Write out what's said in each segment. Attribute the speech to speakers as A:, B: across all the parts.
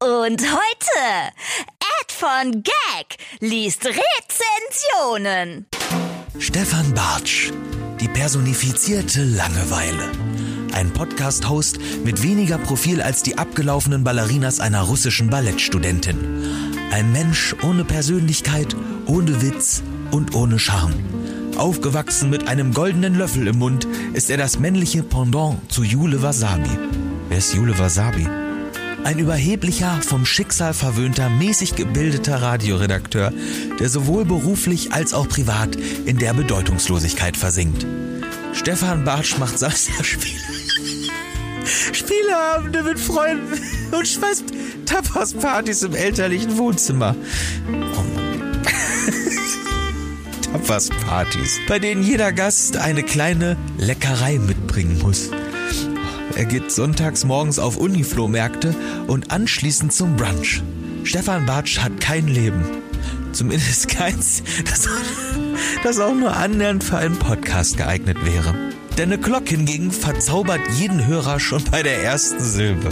A: Und heute, Ed von Gag liest Rezensionen.
B: Stefan Bartsch, die personifizierte Langeweile. Ein Podcast-Host mit weniger Profil als die abgelaufenen Ballerinas einer russischen Ballettstudentin. Ein Mensch ohne Persönlichkeit, ohne Witz und ohne Charme. Aufgewachsen mit einem goldenen Löffel im Mund ist er das männliche Pendant zu Jule Wasabi. Wer ist Jule Wasabi? Ein überheblicher, vom Schicksal verwöhnter, mäßig gebildeter Radioredakteur, der sowohl beruflich als auch privat in der Bedeutungslosigkeit versinkt. Stefan Bartsch macht Samstagspiele. Spieleabende mit Freunden und schmeißt Tapas-Partys im elterlichen Wohnzimmer. Tapas-Partys, bei denen jeder Gast eine kleine Leckerei mitbringen muss. Er geht sonntags morgens auf Uniflohmärkte und anschließend zum Brunch. Stefan Bartsch hat kein Leben. Zumindest keins, das, das auch nur annähernd für einen Podcast geeignet wäre. Denn eine Glock hingegen verzaubert jeden Hörer schon bei der ersten Silbe.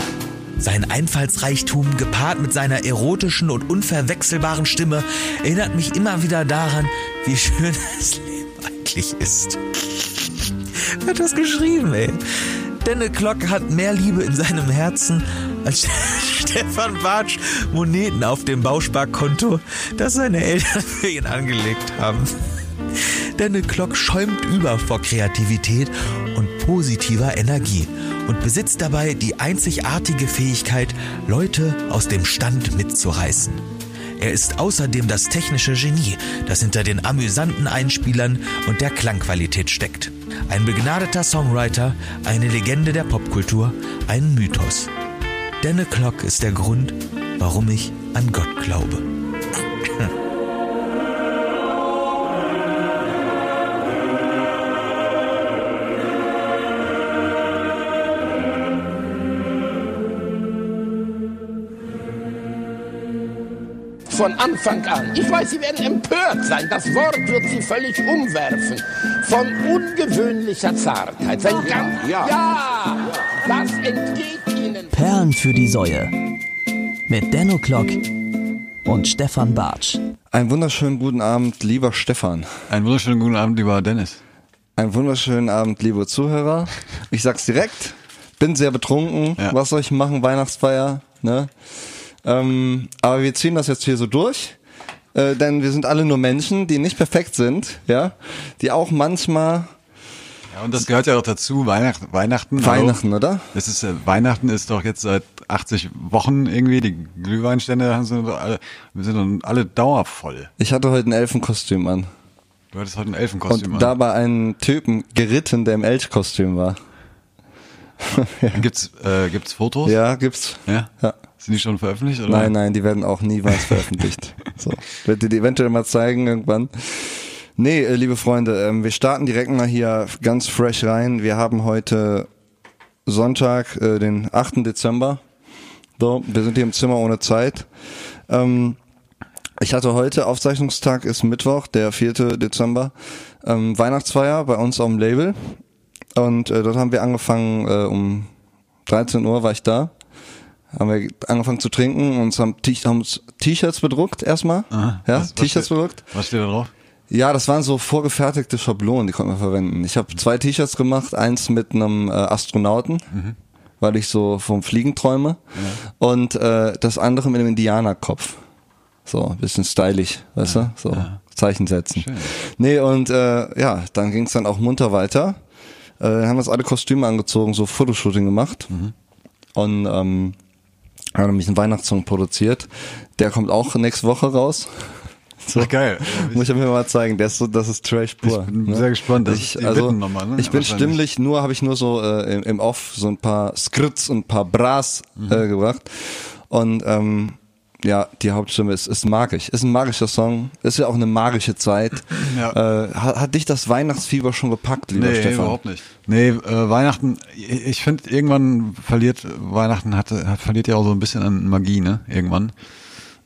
B: Sein Einfallsreichtum gepaart mit seiner erotischen und unverwechselbaren Stimme erinnert mich immer wieder daran, wie schön das Leben eigentlich ist. Wer hat das geschrieben, ey? Denne Klock hat mehr Liebe in seinem Herzen als Stefan Bartsch Moneten auf dem Bausparkonto, das seine Eltern für ihn angelegt haben. Denne Klock schäumt über vor Kreativität und positiver Energie und besitzt dabei die einzigartige Fähigkeit, Leute aus dem Stand mitzureißen. Er ist außerdem das technische Genie, das hinter den amüsanten Einspielern und der Klangqualität steckt. Ein begnadeter Songwriter, eine Legende der Popkultur, ein Mythos. Denne Clock ist der Grund, warum ich an Gott glaube.
C: Von Anfang an. Ich weiß, Sie werden empört sein. Das Wort wird Sie völlig umwerfen. Von ungewöhnlicher Zartheit. Sein ganz, ja. ja, das entgeht Ihnen.
D: Perlen für die Säue. Mit Denno Klock und Stefan Bartsch.
E: Einen wunderschönen guten Abend, lieber Stefan.
F: Einen wunderschönen guten Abend, lieber Dennis.
E: Einen wunderschönen Abend, liebe Zuhörer. Ich sag's direkt, bin sehr betrunken.
F: Ja.
E: Was soll ich machen? Weihnachtsfeier, ne? Ähm, aber wir ziehen das jetzt hier so durch. Äh, denn wir sind alle nur Menschen, die nicht perfekt sind, ja, die auch manchmal
F: Ja, und das gehört ja auch dazu, Weihnacht, Weihnachten. hallo.
E: Weihnachten, ne? oder?
F: Es ist, äh, Weihnachten ist doch jetzt seit 80 Wochen irgendwie, die Glühweinstände haben sind doch alle, wir sind dann alle dauervoll.
E: Ich hatte heute ein Elfenkostüm an
F: Du hattest heute ein
E: und
F: Elfenkostüm an.
E: dabei einen Typen geritten, der im Elchkostüm war.
F: Gibt's, äh, gibt's Fotos?
E: Ja, gibt's.
F: ja.
E: Ja.
F: Sind die schon veröffentlicht? Oder?
E: Nein, nein, die werden auch niemals veröffentlicht. So. Ich Werde dir die eventuell mal zeigen irgendwann. Nee, äh, liebe Freunde, ähm, wir starten direkt mal hier ganz fresh rein. Wir haben heute Sonntag, äh, den 8. Dezember. So, wir sind hier im Zimmer ohne Zeit. Ähm, ich hatte heute, Aufzeichnungstag ist Mittwoch, der 4. Dezember, ähm, Weihnachtsfeier bei uns auf dem Label. Und äh, dort haben wir angefangen, äh, um 13 Uhr war ich da haben wir angefangen zu trinken und uns haben T- haben uns T-Shirts bedruckt erstmal.
F: Aha.
E: ja,
F: Was- was
E: T-Shirts
F: steht-
E: bedruckt.
F: Was steht da drauf?
E: Ja, das waren so vorgefertigte Schablonen, die konnten wir verwenden. Ich habe zwei T-Shirts gemacht, eins mit einem äh, Astronauten,
F: Mhm.
E: weil ich so vom Fliegen träume, und äh, das andere mit einem Indianerkopf. So, ein bisschen stylisch, weißt du? So, Zeichen setzen. Nee, und äh, ja, dann ging es dann auch munter weiter. Äh, dann haben wir uns alle Kostüme angezogen, so Fotoshooting gemacht.
F: Mhm.
E: Und ähm, haben nämlich einen Weihnachtssong produziert. Der kommt auch nächste Woche raus. So.
F: Ach, geil.
E: Muss ich mir mal zeigen, der ist so, das ist Trash pur. ne?
F: Ich bin sehr gespannt, das ist die Bitten nochmal, ne?
E: Ich bin
F: Wahrscheinlich.
E: stimmlich, nur habe ich nur so äh, im, im Off so ein paar Skrits und ein paar Bras
F: Mhm.
E: äh, gebracht. Und ähm, ja, die Hauptstimme ist, ist magisch. Ist ein magischer Song. Ist ja auch eine magische Zeit.
F: Ja.
E: Äh, hat, hat dich das Weihnachtsfieber schon gepackt, lieber
F: nee,
E: Stefan?
F: überhaupt nicht. Nee, äh, Weihnachten, ich, ich finde, irgendwann verliert Weihnachten hatte, hat, verliert ja auch so ein bisschen an Magie, ne? Irgendwann.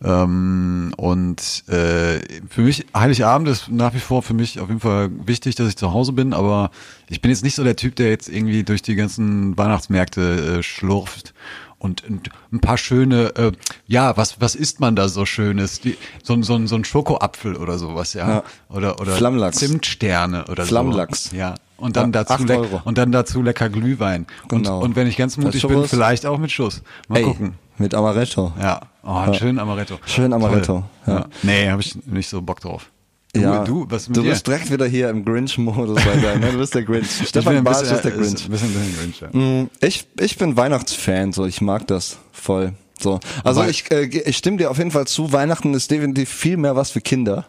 F: Ähm, und äh, für mich, Heiligabend ist nach wie vor für mich auf jeden Fall wichtig, dass ich zu Hause bin, aber ich bin jetzt nicht so der Typ, der jetzt irgendwie durch die ganzen Weihnachtsmärkte äh, schlurft und, und ein paar schöne, äh, ja, was, was isst man da so Schönes? Die, so, so, so ein Schokoapfel oder sowas, ja.
E: Ja.
F: Oder, oder
E: Flammlachs.
F: Zimtsterne oder
E: Flammlachs.
F: so. Ja. Und dann,
E: Ja,
F: dazu
E: acht
F: leck-
E: Euro.
F: und dann dazu lecker Glühwein.
E: Genau.
F: Und, und wenn ich ganz mutig bin,
E: Schubbus.
F: vielleicht auch mit Schuss. Mal gucken.
E: mit Amaretto.
F: Ja. Oh, einen schönen Amaretto.
E: Schönen Amaretto,
F: Toll.
E: ja.
F: Ja. Nee, habe ich nicht so Bock drauf. Du,
E: Ja.
F: du was mit
E: du
F: dir?
E: bist direkt wieder hier im Grinch-Modus bei deinem, ne? Du bist der Grinch.
F: Ich bin
E: Stefan
F: ein
E: Bartsch
F: bisschen-
E: ist der
F: äh,
E: Grinch.
F: Ein bisschen, bisschen Grinch, ja.
E: Mm, Ich, ich bin Weihnachtsfan, so ich mag das voll. So. Also
F: Wobei-
E: ich, äh, ge- ich stimme dir auf jeden Fall zu, Weihnachten ist definitiv viel mehr was für Kinder.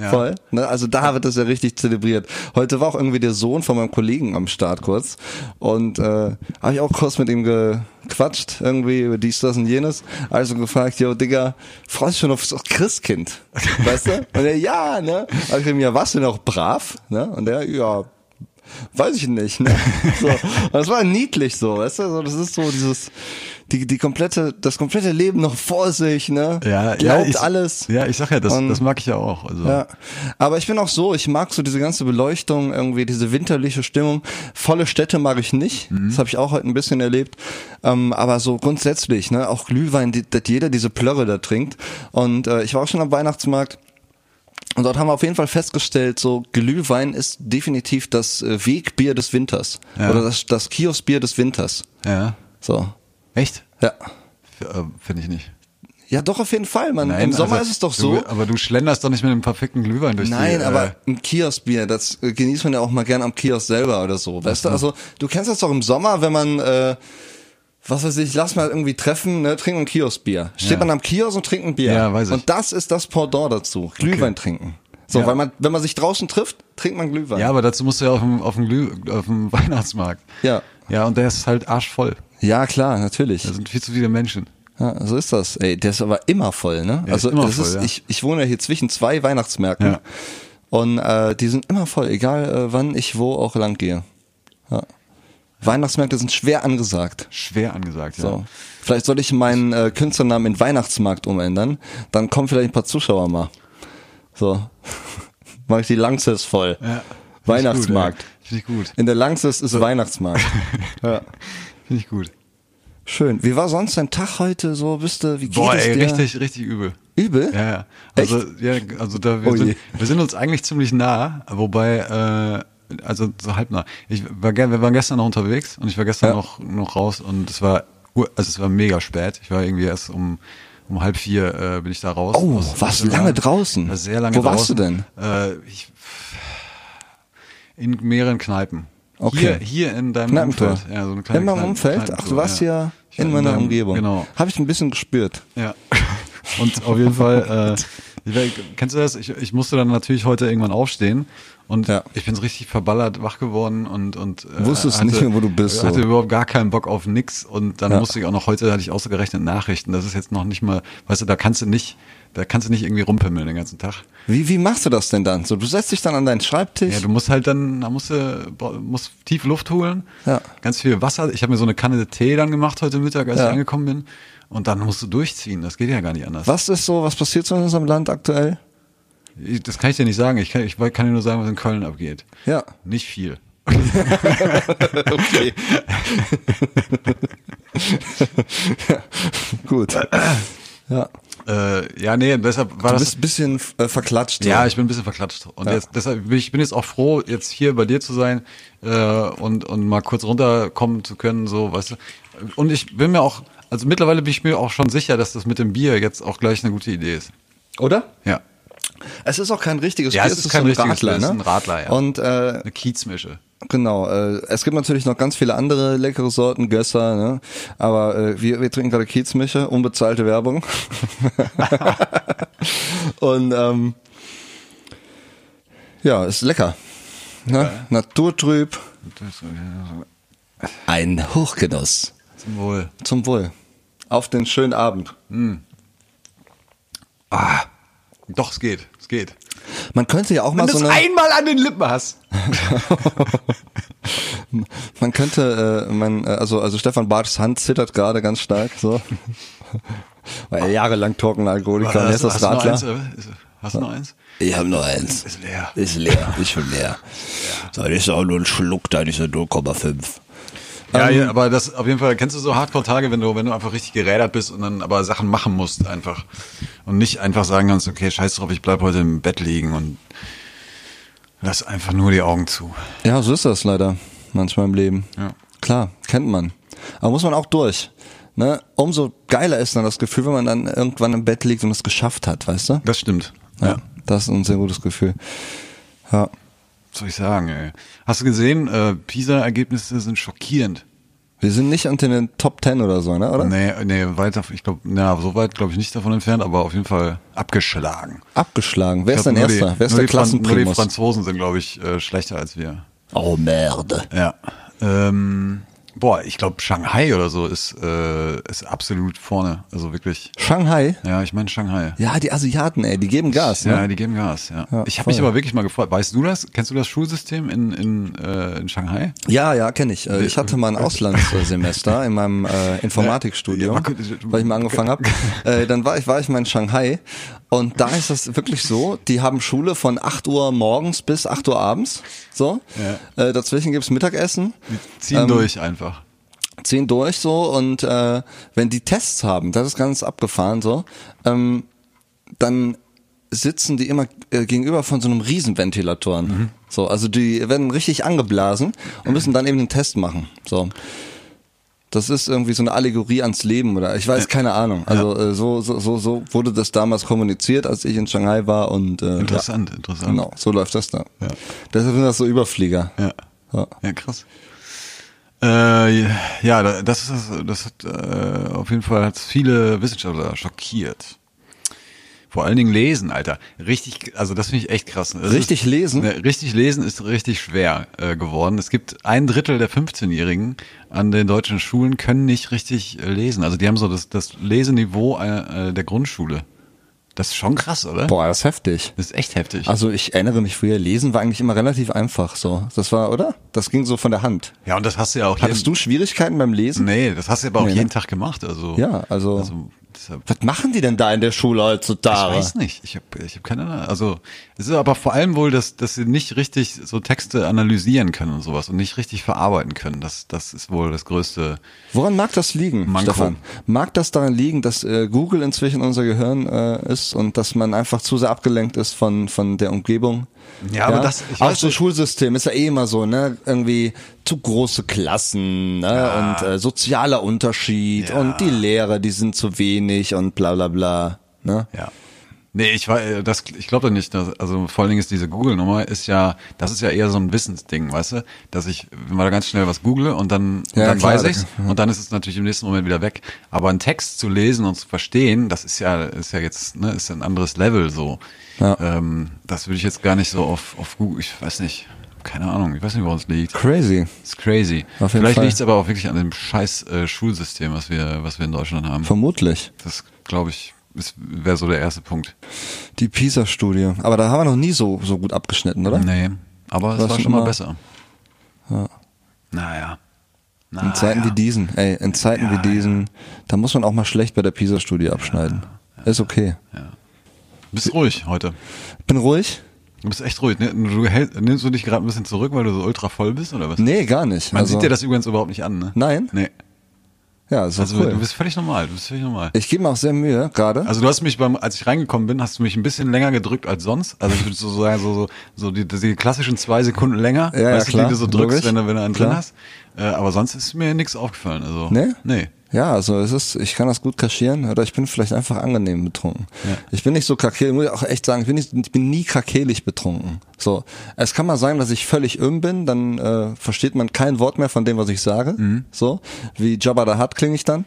F: Ja.
E: Voll. Ne? Also da wird das ja richtig zelebriert. Heute war auch irgendwie der Sohn von meinem Kollegen am Start kurz. Und äh, habe ich auch kurz mit ihm gequatscht, irgendwie über dies, das und jenes. Also gefragt, yo Digga, freust du dich schon aufs Christkind? Weißt du? Und er, ja, ne? Hab ich ihm, ja, warst du denn auch brav? Ne? Und er, ja, weiß ich nicht. Ne? So, das war niedlich so, weißt du? So, das ist so dieses die die komplette das komplette Leben noch vor sich, ne?
F: Ja,
E: Glaubt
F: ja, ich,
E: alles.
F: Ja, ich sag ja, das,
E: Und-
F: das mag ich ja auch. Also.
E: Ja. Aber ich bin auch so, ich mag so diese ganze Beleuchtung, irgendwie diese winterliche Stimmung. Volle Städte mag ich nicht.
F: Mhm.
E: Das habe ich auch heute ein bisschen erlebt. Ähm, aber so grundsätzlich, ne, auch Glühwein, die, dass jeder diese Plörre da trinkt. Und äh, ich war auch schon am Weihnachtsmarkt. Und dort haben wir auf jeden Fall festgestellt, so Glühwein ist definitiv das äh, Wegbier des Winters.
F: Ja.
E: Oder das, das Kioskbier des Winters.
F: Ja.
E: So.
F: Echt?
E: Ja.
F: F- äh, Finde ich nicht.
E: Ja, doch, auf jeden Fall, man. Im Sommer
F: also,
E: ist es doch so.
F: Du, aber du schlenderst doch nicht mit einem verfickten Glühwein durch die...
E: Nein,
F: äh,
E: aber ein Kioskbier, das äh, genießt man ja auch mal gern am Kiosk selber oder so. Weißt du, also du kennst das doch im Sommer, wenn man, äh, was weiß ich, lass mal irgendwie treffen, ne, trinken ein Kioskbier. Steht
F: Ja.
E: man am Kiosk und trinkt ein Bier.
F: Ja, weiß ich.
E: Und das ist das Pendant dazu. Glühwein trinken. So,
F: Ja.
E: weil man, wenn man sich draußen trifft, trinkt man Glühwein.
F: Ja, aber dazu musst du ja auf dem, auf dem, Glüh, auf dem Weihnachtsmarkt.
E: Ja.
F: Ja, und der ist halt arschvoll.
E: ja klar, natürlich.
F: Da sind viel zu viele Menschen.
E: Ja, so ist das. Ey, der ist aber immer voll, ne?
F: Der ist
E: also
F: immer
E: das
F: voll,
E: ist,
F: ja.
E: ich, ich wohne ja hier zwischen zwei Weihnachtsmärkten
F: Ja.
E: und äh, die sind immer voll, egal äh, wann ich wo auch lang gehe. Ja. Weihnachtsmärkte sind schwer angesagt.
F: Schwer angesagt, ja.
E: So. Vielleicht sollte ich meinen äh, Künstlernamen in Weihnachtsmarkt umändern, dann kommen vielleicht ein paar Zuschauer mal. So. Mach ich die Langsess voll.
F: Ja.
E: Weihnachtsmarkt.
F: Finde ich gut. ey.
E: In der Langsess ist Weihnachtsmarkt. ja.
F: Finde ich gut. Find ich gut.
E: Schön. Wie war sonst dein Tag heute so? Bist du, wie geht
F: Boah,
E: es
F: ey,
E: dir?
F: richtig, richtig übel.
E: Übel?
F: Ja, ja. Also, ja, also da, wir,
E: Oh je.
F: sind, wir sind uns eigentlich ziemlich nah, wobei, äh, also so halb nah. Ich war, ge- wir waren gestern noch unterwegs und ich war gestern
E: Ja.
F: noch, noch raus und es war, ur- also es war mega spät. Ich war irgendwie erst um, um halb vier äh, bin ich da raus.
E: Oh,
F: Aus-
E: warst
F: aus dem
E: lange
F: Laden.
E: draußen?
F: War sehr lange
E: Wo warst
F: draußen.
E: du denn?
F: Äh, ich, in mehreren Kneipen.
E: Okay.
F: Hier, hier in deinem
E: Kneipentour.
F: Umfeld. Ja, so eine kleine
E: in meinem
F: Kneipen-
E: Umfeld? Ach,
F: Kneipentour,
E: du warst ja,
F: Ich war
E: in meiner
F: deinem-
E: Umgebung.
F: Genau.
E: Habe ich ein bisschen gespürt.
F: Ja. Und auf jeden Fall, äh, ich, weiß- kennst du das? Ich, ich musste dann natürlich heute irgendwann aufstehen und
E: Ja.
F: ich bin so richtig verballert wach geworden und und äh,
E: Wusstest nicht mehr, wo du bist,
F: Hatte
E: so.
F: überhaupt gar keinen Bock auf nix und dann
E: Ja.
F: musste ich auch noch heute hatte ich ausgerechnet Nachrichten. Das ist jetzt noch nicht mal, weißt du, da kannst du nicht, da kannst du nicht irgendwie rumpimmeln den ganzen Tag.
E: Wie, wie machst du das denn dann? So, du setzt dich dann an deinen Schreibtisch.
F: Ja, du musst halt dann, da musst du bra- musst tief Luft holen,
E: Ja.
F: ganz viel Wasser. Ich habe mir so eine Kanne Tee dann gemacht heute Mittag, als
E: Ja.
F: ich angekommen bin. Und dann musst du durchziehen. Das geht ja gar nicht anders.
E: was ist so, was passiert so in unserem Land aktuell?
F: Ich, das kann ich dir nicht sagen. Ich kann, ich kann dir nur sagen, was in Köln abgeht.
E: Ja.
F: Nicht viel.
E: Okay. Gut. Ja.
F: Äh, ja, nee, deshalb war
E: Du bist
F: das.
E: ein bisschen äh, verklatscht. so.
F: Ja, ich bin ein bisschen verklatscht. Und
E: Ja.
F: jetzt, deshalb bin ich bin jetzt auch froh, jetzt hier bei dir zu sein äh, und, und mal kurz runterkommen zu können, so, weißt du. Und ich bin mir auch, also mittlerweile bin ich mir auch schon sicher, dass das mit dem Bier jetzt auch gleich eine gute Idee ist.
E: Oder?
F: Ja.
E: Es ist auch kein richtiges
F: Ja,
E: Bier,
F: es ist kein
E: so ein
F: richtiges Bier,
E: Radler, ne?
F: es ist ein Radler, ja.
E: Und äh,
F: Eine Kiezmische.
E: Genau, äh, es gibt natürlich noch ganz viele andere leckere Sorten, Gösser, ne? aber äh, wir, wir trinken gerade Kiezmische, unbezahlte Werbung. Und ähm, ja, ist lecker. Ne? Naturtrüb,
F: Das,
E: ein Hochgenuss.
F: zum Wohl.
E: Zum Wohl. Auf den schönen Abend.
F: Doch, es geht. Es geht.
E: Man könnte ja auch mal
F: Wenn du
E: so
F: es
E: eine...
F: einmal an den Lippen hast.
E: Man könnte, äh, man, äh, also, also Stefan Bartschs Hand zittert gerade ganz stark, so. Weil er jahrelang Torkenalkoholiker,
F: Hast
E: ist
F: du
E: das
F: hast du noch eins?
E: Radler.
F: äh? Ist- Hast du noch eins?
G: Ich habe nur eins.
F: Ist leer.
G: Ist leer, ist schon leer. So, das ist auch nur ein Schluck, da ist so 0,5.
F: Ja,
E: Ähm,
F: ja, aber das auf jeden Fall kennst du so Hardcore-Tage, wenn du, wenn du einfach richtig gerädert bist und dann aber Sachen machen musst einfach. Und nicht einfach sagen kannst, okay, scheiß drauf, ich bleib heute im Bett liegen und lass einfach nur die Augen zu.
E: Ja, so ist das leider manchmal im Leben.
F: Ja.
E: Klar, kennt man. Aber muss man auch durch. Ne? Umso geiler ist dann das Gefühl, wenn man dann irgendwann im Bett liegt und es geschafft hat, weißt du?
F: Das stimmt. ja.
E: Das ist ein sehr gutes Gefühl. Ja.
F: Was soll ich sagen, ey? Hast du gesehen, äh, PISA-Ergebnisse sind schockierend.
E: Wir sind nicht unter den Top Ten oder so, ne? Oder?
F: Nee, nee, weit, dav- ich glaube, na, so weit glaube ich nicht davon entfernt, aber auf jeden Fall abgeschlagen.
E: Abgeschlagen. Wer
F: Ich
E: ist
F: glaub,
E: denn
F: nur die-
E: Erster? Wer ist
F: nur
E: der
F: die Fran- Nur die
E: Klassenprimus?
F: Franzosen sind, glaube ich, äh, schlechter als wir.
E: Oh, Merde.
F: Ja. Ähm, boah, ich glaube, Shanghai oder so ist, äh, ist absolut vorne. Also wirklich.
E: Shanghai?
F: Ja, ich meine Shanghai.
E: Ja, die Asiaten, ey, die geben Gas, ne?
F: Ja, die geben Gas, ja.
E: Ja,
F: ich habe mich
E: voll.
F: aber wirklich mal gefreut. Weißt du das? Kennst du das Schulsystem in, in, äh, in Shanghai?
E: Ja, ja, kenne ich. Äh, Ich hatte mal ein Auslandssemester in meinem äh, Informatikstudium,
F: Ja, ja, du-
E: weil ich mal angefangen habe. Äh, dann war ich, war ich mal in Shanghai und da ist das wirklich so, die haben Schule von 8 Uhr morgens bis 8 Uhr abends. So. Äh, dazwischen gibt's Mittagessen. Ähm,
F: Ziehen durch einfach.
E: ziehen durch so und äh, wenn die Tests haben, das ist ganz abgefahren so, ähm, dann sitzen die immer äh, gegenüber von so einem Riesenventilatoren.
F: Mhm.
E: So, also die werden richtig angeblasen und müssen dann eben den Test machen. So. Das ist irgendwie so eine Allegorie ans Leben oder ich weiß keine Ahnung. Also äh, so, so so so wurde das damals kommuniziert, als ich in Shanghai war und äh,
F: Interessant,
E: ja.
F: interessant.
E: Genau, so läuft das da.
F: Ja.
E: Deshalb sind das so Überflieger.
F: Ja.
E: Ja.
F: Ja, krass. Äh, ja, da- das ist das, das hat äh, auf jeden Fall hat viele Wissenschaftler schockiert. Vor allen Dingen lesen, Alter. Richtig, also das finde ich echt krass. Es
E: Richtig
F: ist,
E: lesen?
F: Ne, richtig lesen ist richtig schwer äh, geworden. Es gibt ein Drittel der 15-Jährigen an den deutschen Schulen können nicht richtig äh, lesen. Also die haben so das, das Leseniveau äh, äh, der Grundschule. Das ist schon krass, oder?
E: Boah, das ist heftig.
F: Das ist echt heftig.
E: Also ich erinnere mich früher, lesen war eigentlich immer relativ einfach so. Das war, oder? Das ging so von der Hand.
F: ja, und das hast du ja auch
E: Hattest du Schwierigkeiten beim Lesen?
F: Nee, das hast du aber auch
E: Nee, ne?
F: jeden Tag gemacht. Also
E: Ja, also-
F: deshalb,
E: Was machen die denn da in der Schule heutzutage?
F: ich weiß nicht. Ich habe ich hab keine Ahnung. Also es ist aber vor allem wohl, dass, dass sie nicht richtig so Texte analysieren können und sowas und nicht richtig verarbeiten können. Das, das ist wohl das größte.
E: Woran mag das liegen,
F: Manko.
E: Stefan? Mag das daran liegen, dass äh, Google inzwischen unser Gehirn äh, ist und dass man einfach zu sehr abgelenkt ist von, von der Umgebung?
F: Ja, aber das- ich
E: Auch
F: weiß
E: so
F: nicht.
E: Schulsystem ist ja eh immer so, ne? Irgendwie zu große Klassen ne? und äh, sozialer Unterschied
F: Ja.
E: und die Lehrer, die sind zu wenig und bla bla bla. Ne?
F: Ja. Nee, ich war, äh, das, ich glaube da nicht. Dass, also vor allen Dingen ist diese Google-Nummer ist ja, das ist ja eher so ein Wissensding, weißt du, dass ich mal ganz schnell was google und dann,
E: Ja,
F: dann
E: klar,
F: weiß
E: da-
F: ich's und dann ist es natürlich im nächsten Moment wieder weg. Aber einen Text zu lesen und zu verstehen, das ist ja, ist ja jetzt, ne, ist ein anderes Level so.
E: Ja.
F: Ähm, das würde ich jetzt gar nicht so auf, auf Google, ich weiß nicht, keine Ahnung, ich weiß nicht, woran es liegt.
E: Crazy.
F: Ist crazy.
E: Auf jeden
F: Vielleicht
E: Fall.
F: liegt's aber auch wirklich an dem scheiß äh, Schulsystem, was wir, was wir in Deutschland haben.
E: Vermutlich.
F: Das glaube ich, wäre so der erste Punkt.
E: Die PISA-Studie. Aber da haben wir noch nie so, so gut abgeschnitten, oder?
F: Nee, aber es
E: Was
F: war schon mal
E: immer-
F: besser. Naja.
E: In
F: naja.
E: Zeiten wie diesen, ey, in Zeiten
F: Ja,
E: wie diesen, da muss man auch mal schlecht bei der PISA-Studie abschneiden. Ist okay.
F: Bist ruhig heute.
E: Bin ruhig?
F: Du bist echt ruhig. Ne? Du hält, nimmst du dich gerade ein bisschen zurück, weil du so ultra voll bist, oder was?
E: Nee, gar nicht.
F: Man
E: also,
F: sieht dir das übrigens überhaupt nicht an, ne?
E: Nein.
F: Nee.
E: Ja, ist
F: Also
E: also, cool.
F: du bist völlig normal. Du bist völlig normal.
E: ich gebe mir auch sehr Mühe, gerade.
F: Also du hast mich beim, als ich reingekommen bin, hast du mich ein bisschen länger gedrückt als sonst. Also ich würde so sagen, so, so, so die, die klassischen zwei Sekunden länger,
E: Ja, ja,
F: weißt du,
E: klar,
F: die du so drückst,
E: logisch.
F: wenn du, wenn du einen drin
E: Klar.
F: hast. Äh, aber sonst ist mir nichts aufgefallen. Also,
E: Nee?
F: Nee.
E: Ne? Ja, also es ist, ich kann das gut kaschieren oder ich bin vielleicht einfach angenehm betrunken. Ich bin nicht so krakelig, muss ich auch echt sagen, ich bin, nicht, ich bin nie krakelig betrunken. So, es kann mal sein, dass ich völlig irm bin, dann äh, versteht man kein Wort mehr von dem, was ich sage.
F: Mhm.
E: So, wie Jabba da Hutt klinge ich dann.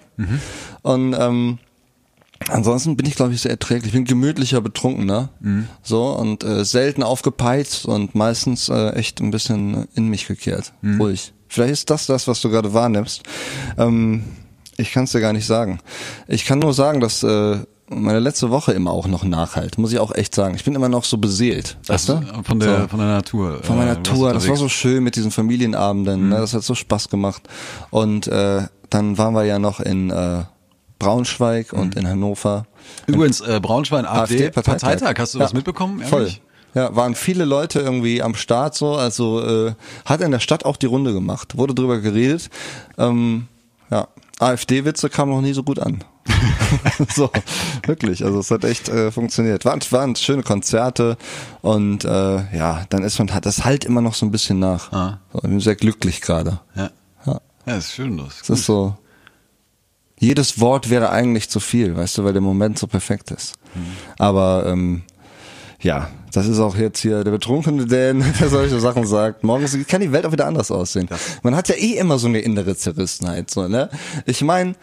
E: Und ähm, ansonsten bin ich, glaube ich, sehr erträglich. Ich bin gemütlicher Betrunkener.
F: Mhm.
E: So, und äh, selten aufgepeitscht und meistens äh, echt ein bisschen in mich gekehrt.
F: Mhm.
E: Ruhig. Vielleicht ist das das, was du gerade wahrnimmst. Ähm, ich kann es dir gar nicht sagen. Ich kann nur sagen, dass äh, meine letzte Woche immer auch noch nachhalt. Muss ich auch echt sagen. Ich bin immer noch so beseelt. Weißt
F: Also,
E: du?
F: Von der,
E: so.
F: von der Natur.
E: Von meiner
F: äh, warst
E: Tour, das war
F: unterwegs.
E: so schön mit diesen Familienabenden, ne? das hat so Spaß gemacht. Und äh, dann waren wir ja noch in äh, Braunschweig und in Hannover.
F: Übrigens, äh, Braunschwein AfD,
E: AfD-Parteitag.
F: Parteitag. hast du
E: Ja.
F: das mitbekommen?
E: Voll.
F: Ehrlich?
E: Ja, waren viele Leute irgendwie am Start so, also äh, hat in der Stadt auch die Runde gemacht, wurde drüber geredet. Ähm, ja, AfD-Witze kamen noch nie so gut an. so, wirklich. Also es hat echt äh, funktioniert. Waren, waren schöne Konzerte und äh, ja, dann ist man hat das halt immer noch so ein bisschen nach.
F: Ah.
E: So, ich bin sehr glücklich gerade.
F: Ja.
E: Ja.
F: Ja, ist schön los.
E: Es ist so. Jedes Wort wäre eigentlich zu viel, weißt du, weil der Moment so perfekt ist. Aber ähm, ja, das ist auch jetzt hier der betrunkene Dan, der solche Sachen sagt. Morgens kann die Welt auch wieder anders aussehen. Man hat ja eh immer so eine innere Zerrissenheit. So, ne? Ich meine,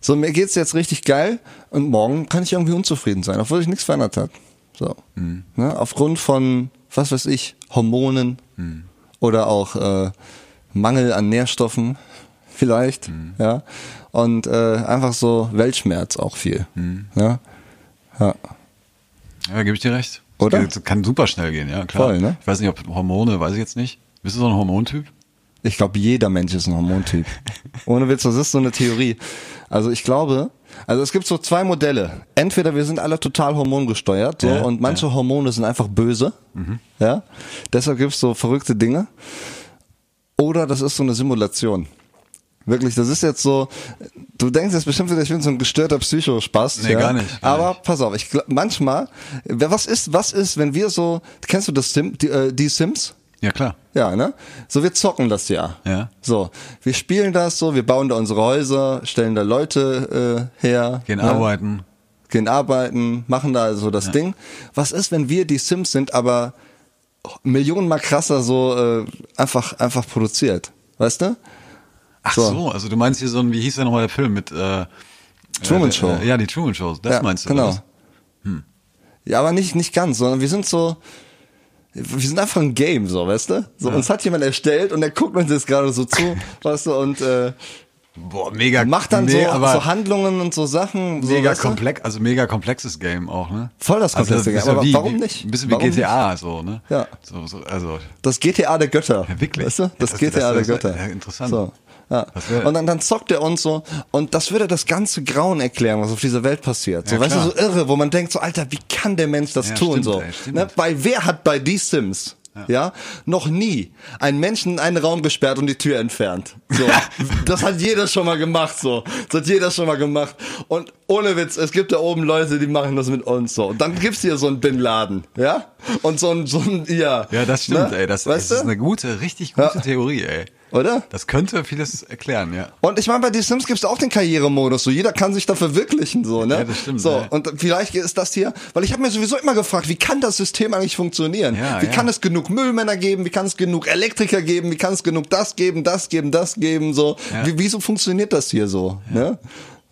E: so mir geht's jetzt richtig geil und morgen kann ich irgendwie unzufrieden sein, obwohl ich nichts verändert hat. So. Ne? Aufgrund von, was weiß ich, Hormonen oder auch äh, Mangel an Nährstoffen vielleicht. Ja. Und äh, einfach so Weltschmerz auch viel. Ja. Ja.
F: Ja, gebe ich dir recht.
E: Oder?
F: Das kann super schnell gehen, ja, klar.
E: Voll, ne?
F: Ich weiß nicht, ob Hormone, weiß ich jetzt nicht. Bist du so ein Hormontyp?
E: Ich glaube, jeder Mensch ist ein Hormontyp. Ohne Witz, das ist so eine Theorie. Also ich glaube, also es gibt so zwei Modelle. Entweder wir sind alle total hormongesteuert so,
F: Ja, Mhm.
E: und manche Hormone sind einfach böse. Ja? Deshalb gibt's so verrückte Dinge. Oder das ist so eine Simulation. Wirklich, das ist jetzt so, du denkst jetzt bestimmt wieder, ich bin so ein gestörter Psychospaß.
F: Nee,
E: ja?
F: gar nicht, gar
E: Aber
F: nicht.
E: pass auf, ich glaub, manchmal, wer- was ist, was ist, wenn wir so, kennst du das Sim, die, äh, die Sims?
F: Ja, klar.
E: Ja, ne? So, wir zocken das ja.
F: Ja.
E: So, wir spielen das so, wir bauen da unsere Häuser, stellen da Leute äh, her.
F: Gehen
E: ne?
F: arbeiten.
E: Gehen arbeiten, machen da so das Ding. Was ist, wenn wir die Sims sind, aber millionenmal krasser so äh, einfach, einfach produziert? Weißt du?
F: Ach so.
E: So.
F: also du meinst hier so ein, wie hieß der nochmal der Film mit äh,
E: Truman
F: äh,
E: Show.
F: Äh, ja, die Truman Show, das
E: ja,
F: meinst du. Hm.
E: Genau.
F: oder
E: Ja, aber nicht, nicht ganz, sondern wir sind so, wir sind einfach ein Game, so, weißt du? So, uns hat jemand erstellt und der guckt uns jetzt gerade so zu, weißt du, und äh,
F: was? Boah, mega
E: macht dann
F: nee,
E: so,
F: aber
E: so Handlungen und so Sachen. So,
F: mega
E: weißt du?
F: komplex, also mega komplexes Game auch, ne?
E: Voll das komplexe
F: ist
E: Game,
F: ja
E: aber
F: wie,
E: warum
F: wie-
E: nicht?
F: Ein bisschen wie
E: Warum
F: GTA so, ne?
E: Ja.
F: So, so, also
E: Das GTA der Götter.
F: Ja, wirklich.
E: Weißt du? Das,
F: Das-
E: GTA
F: das-
E: der
F: das-
E: Götter.
F: ja, interessant.
E: So. Ja.
F: Das wär-
E: Und dann, dann zockt er uns so und das würde das ganze Grauen erklären, was auf dieser Welt passiert. So,
F: Ja,
E: weißt du,
F: klar.
E: so irre, wo man denkt, so Alter, wie kann der Mensch das
F: Ja,
E: tun
F: stimmt,
E: so?
F: ey, stimmt.
E: ne? Weil wer hat bei Die Sims ja. noch nie einen Menschen in einen Raum gesperrt und die Tür entfernt? So, das hat jeder schon mal gemacht so. Das hat jeder schon mal gemacht und ohne Witz, es gibt da oben Leute, die machen das mit uns so. Und dann gibt's hier so einen Bin Laden, ja? Und so ein so ein ja.
F: Ja, das stimmt,
E: ne?
F: ey. Das,
E: weißt
F: das ist
E: du?
F: eine gute, richtig gute
E: Ja.
F: Theorie, ey.
E: Oder?
F: Das könnte vieles erklären, ja.
E: Und ich meine, bei The Sims gibt's auch den Karrieremodus, so jeder kann sich da verwirklichen, so, ne?
F: Ja, das stimmt,
E: So,
F: ja.
E: und vielleicht ist das hier, weil ich habe mir sowieso immer gefragt, wie kann das System eigentlich funktionieren?
F: Ja,
E: wie
F: ja.
E: kann es genug Müllmänner geben? Wie kann es genug Elektriker geben? Wie kann es genug das geben, das geben, das geben, so?
F: Ja.
E: Wie, wieso funktioniert das hier so, ne?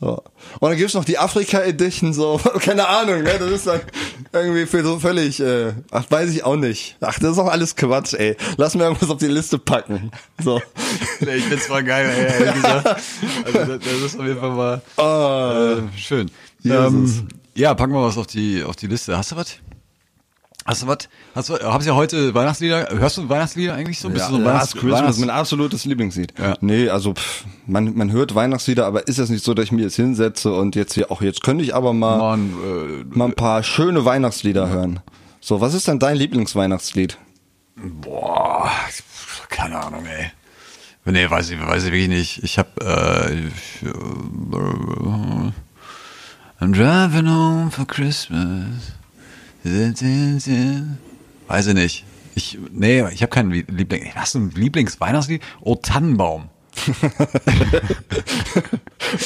E: So. Und dann gibt's noch die Afrika-Edition, so, keine Ahnung, ne? Das ist dann irgendwie für so völlig, äh, ach, weiß ich auch nicht. Ach, das ist auch alles Quatsch, ey. Lass mir irgendwas auf die Liste packen. So.
F: Nee, Ich find's voll geil, ey, ehrlich gesagt. Also das, das ist auf jeden Fall mal äh, schön.
E: Ah. Jesus.
F: Ähm, ja, packen wir was auf die auf die Liste. Hast du was? Hast du was? Hast du was? Hab's ja heute Weihnachtslieder. Hörst du Weihnachtslieder eigentlich so? Bist du so ein
E: Last
F: Weihnachts-
E: Christmas,
F: Weihnachts-
E: mein absolutes Lieblingslied.
F: Ja.
E: Nee, also pff, man, man hört Weihnachtslieder, aber ist das nicht so, dass ich mir jetzt hinsetze und jetzt hier, auch jetzt könnte ich aber mal,
F: Mann,
E: mal ein paar schöne Weihnachtslieder hören. So, was ist denn dein Lieblingsweihnachtslied?
F: äh, boah, keine Ahnung, ey. Nee, weiß ich, weiß ich wirklich nicht. Ich hab äh, ich, äh, I'm driving home for Christmas. Weiß ich nicht. Ich, nee, ich habe keinen Liebling. Hast du ein Lieblingsweihnachtslied? Oh, Tannenbaum.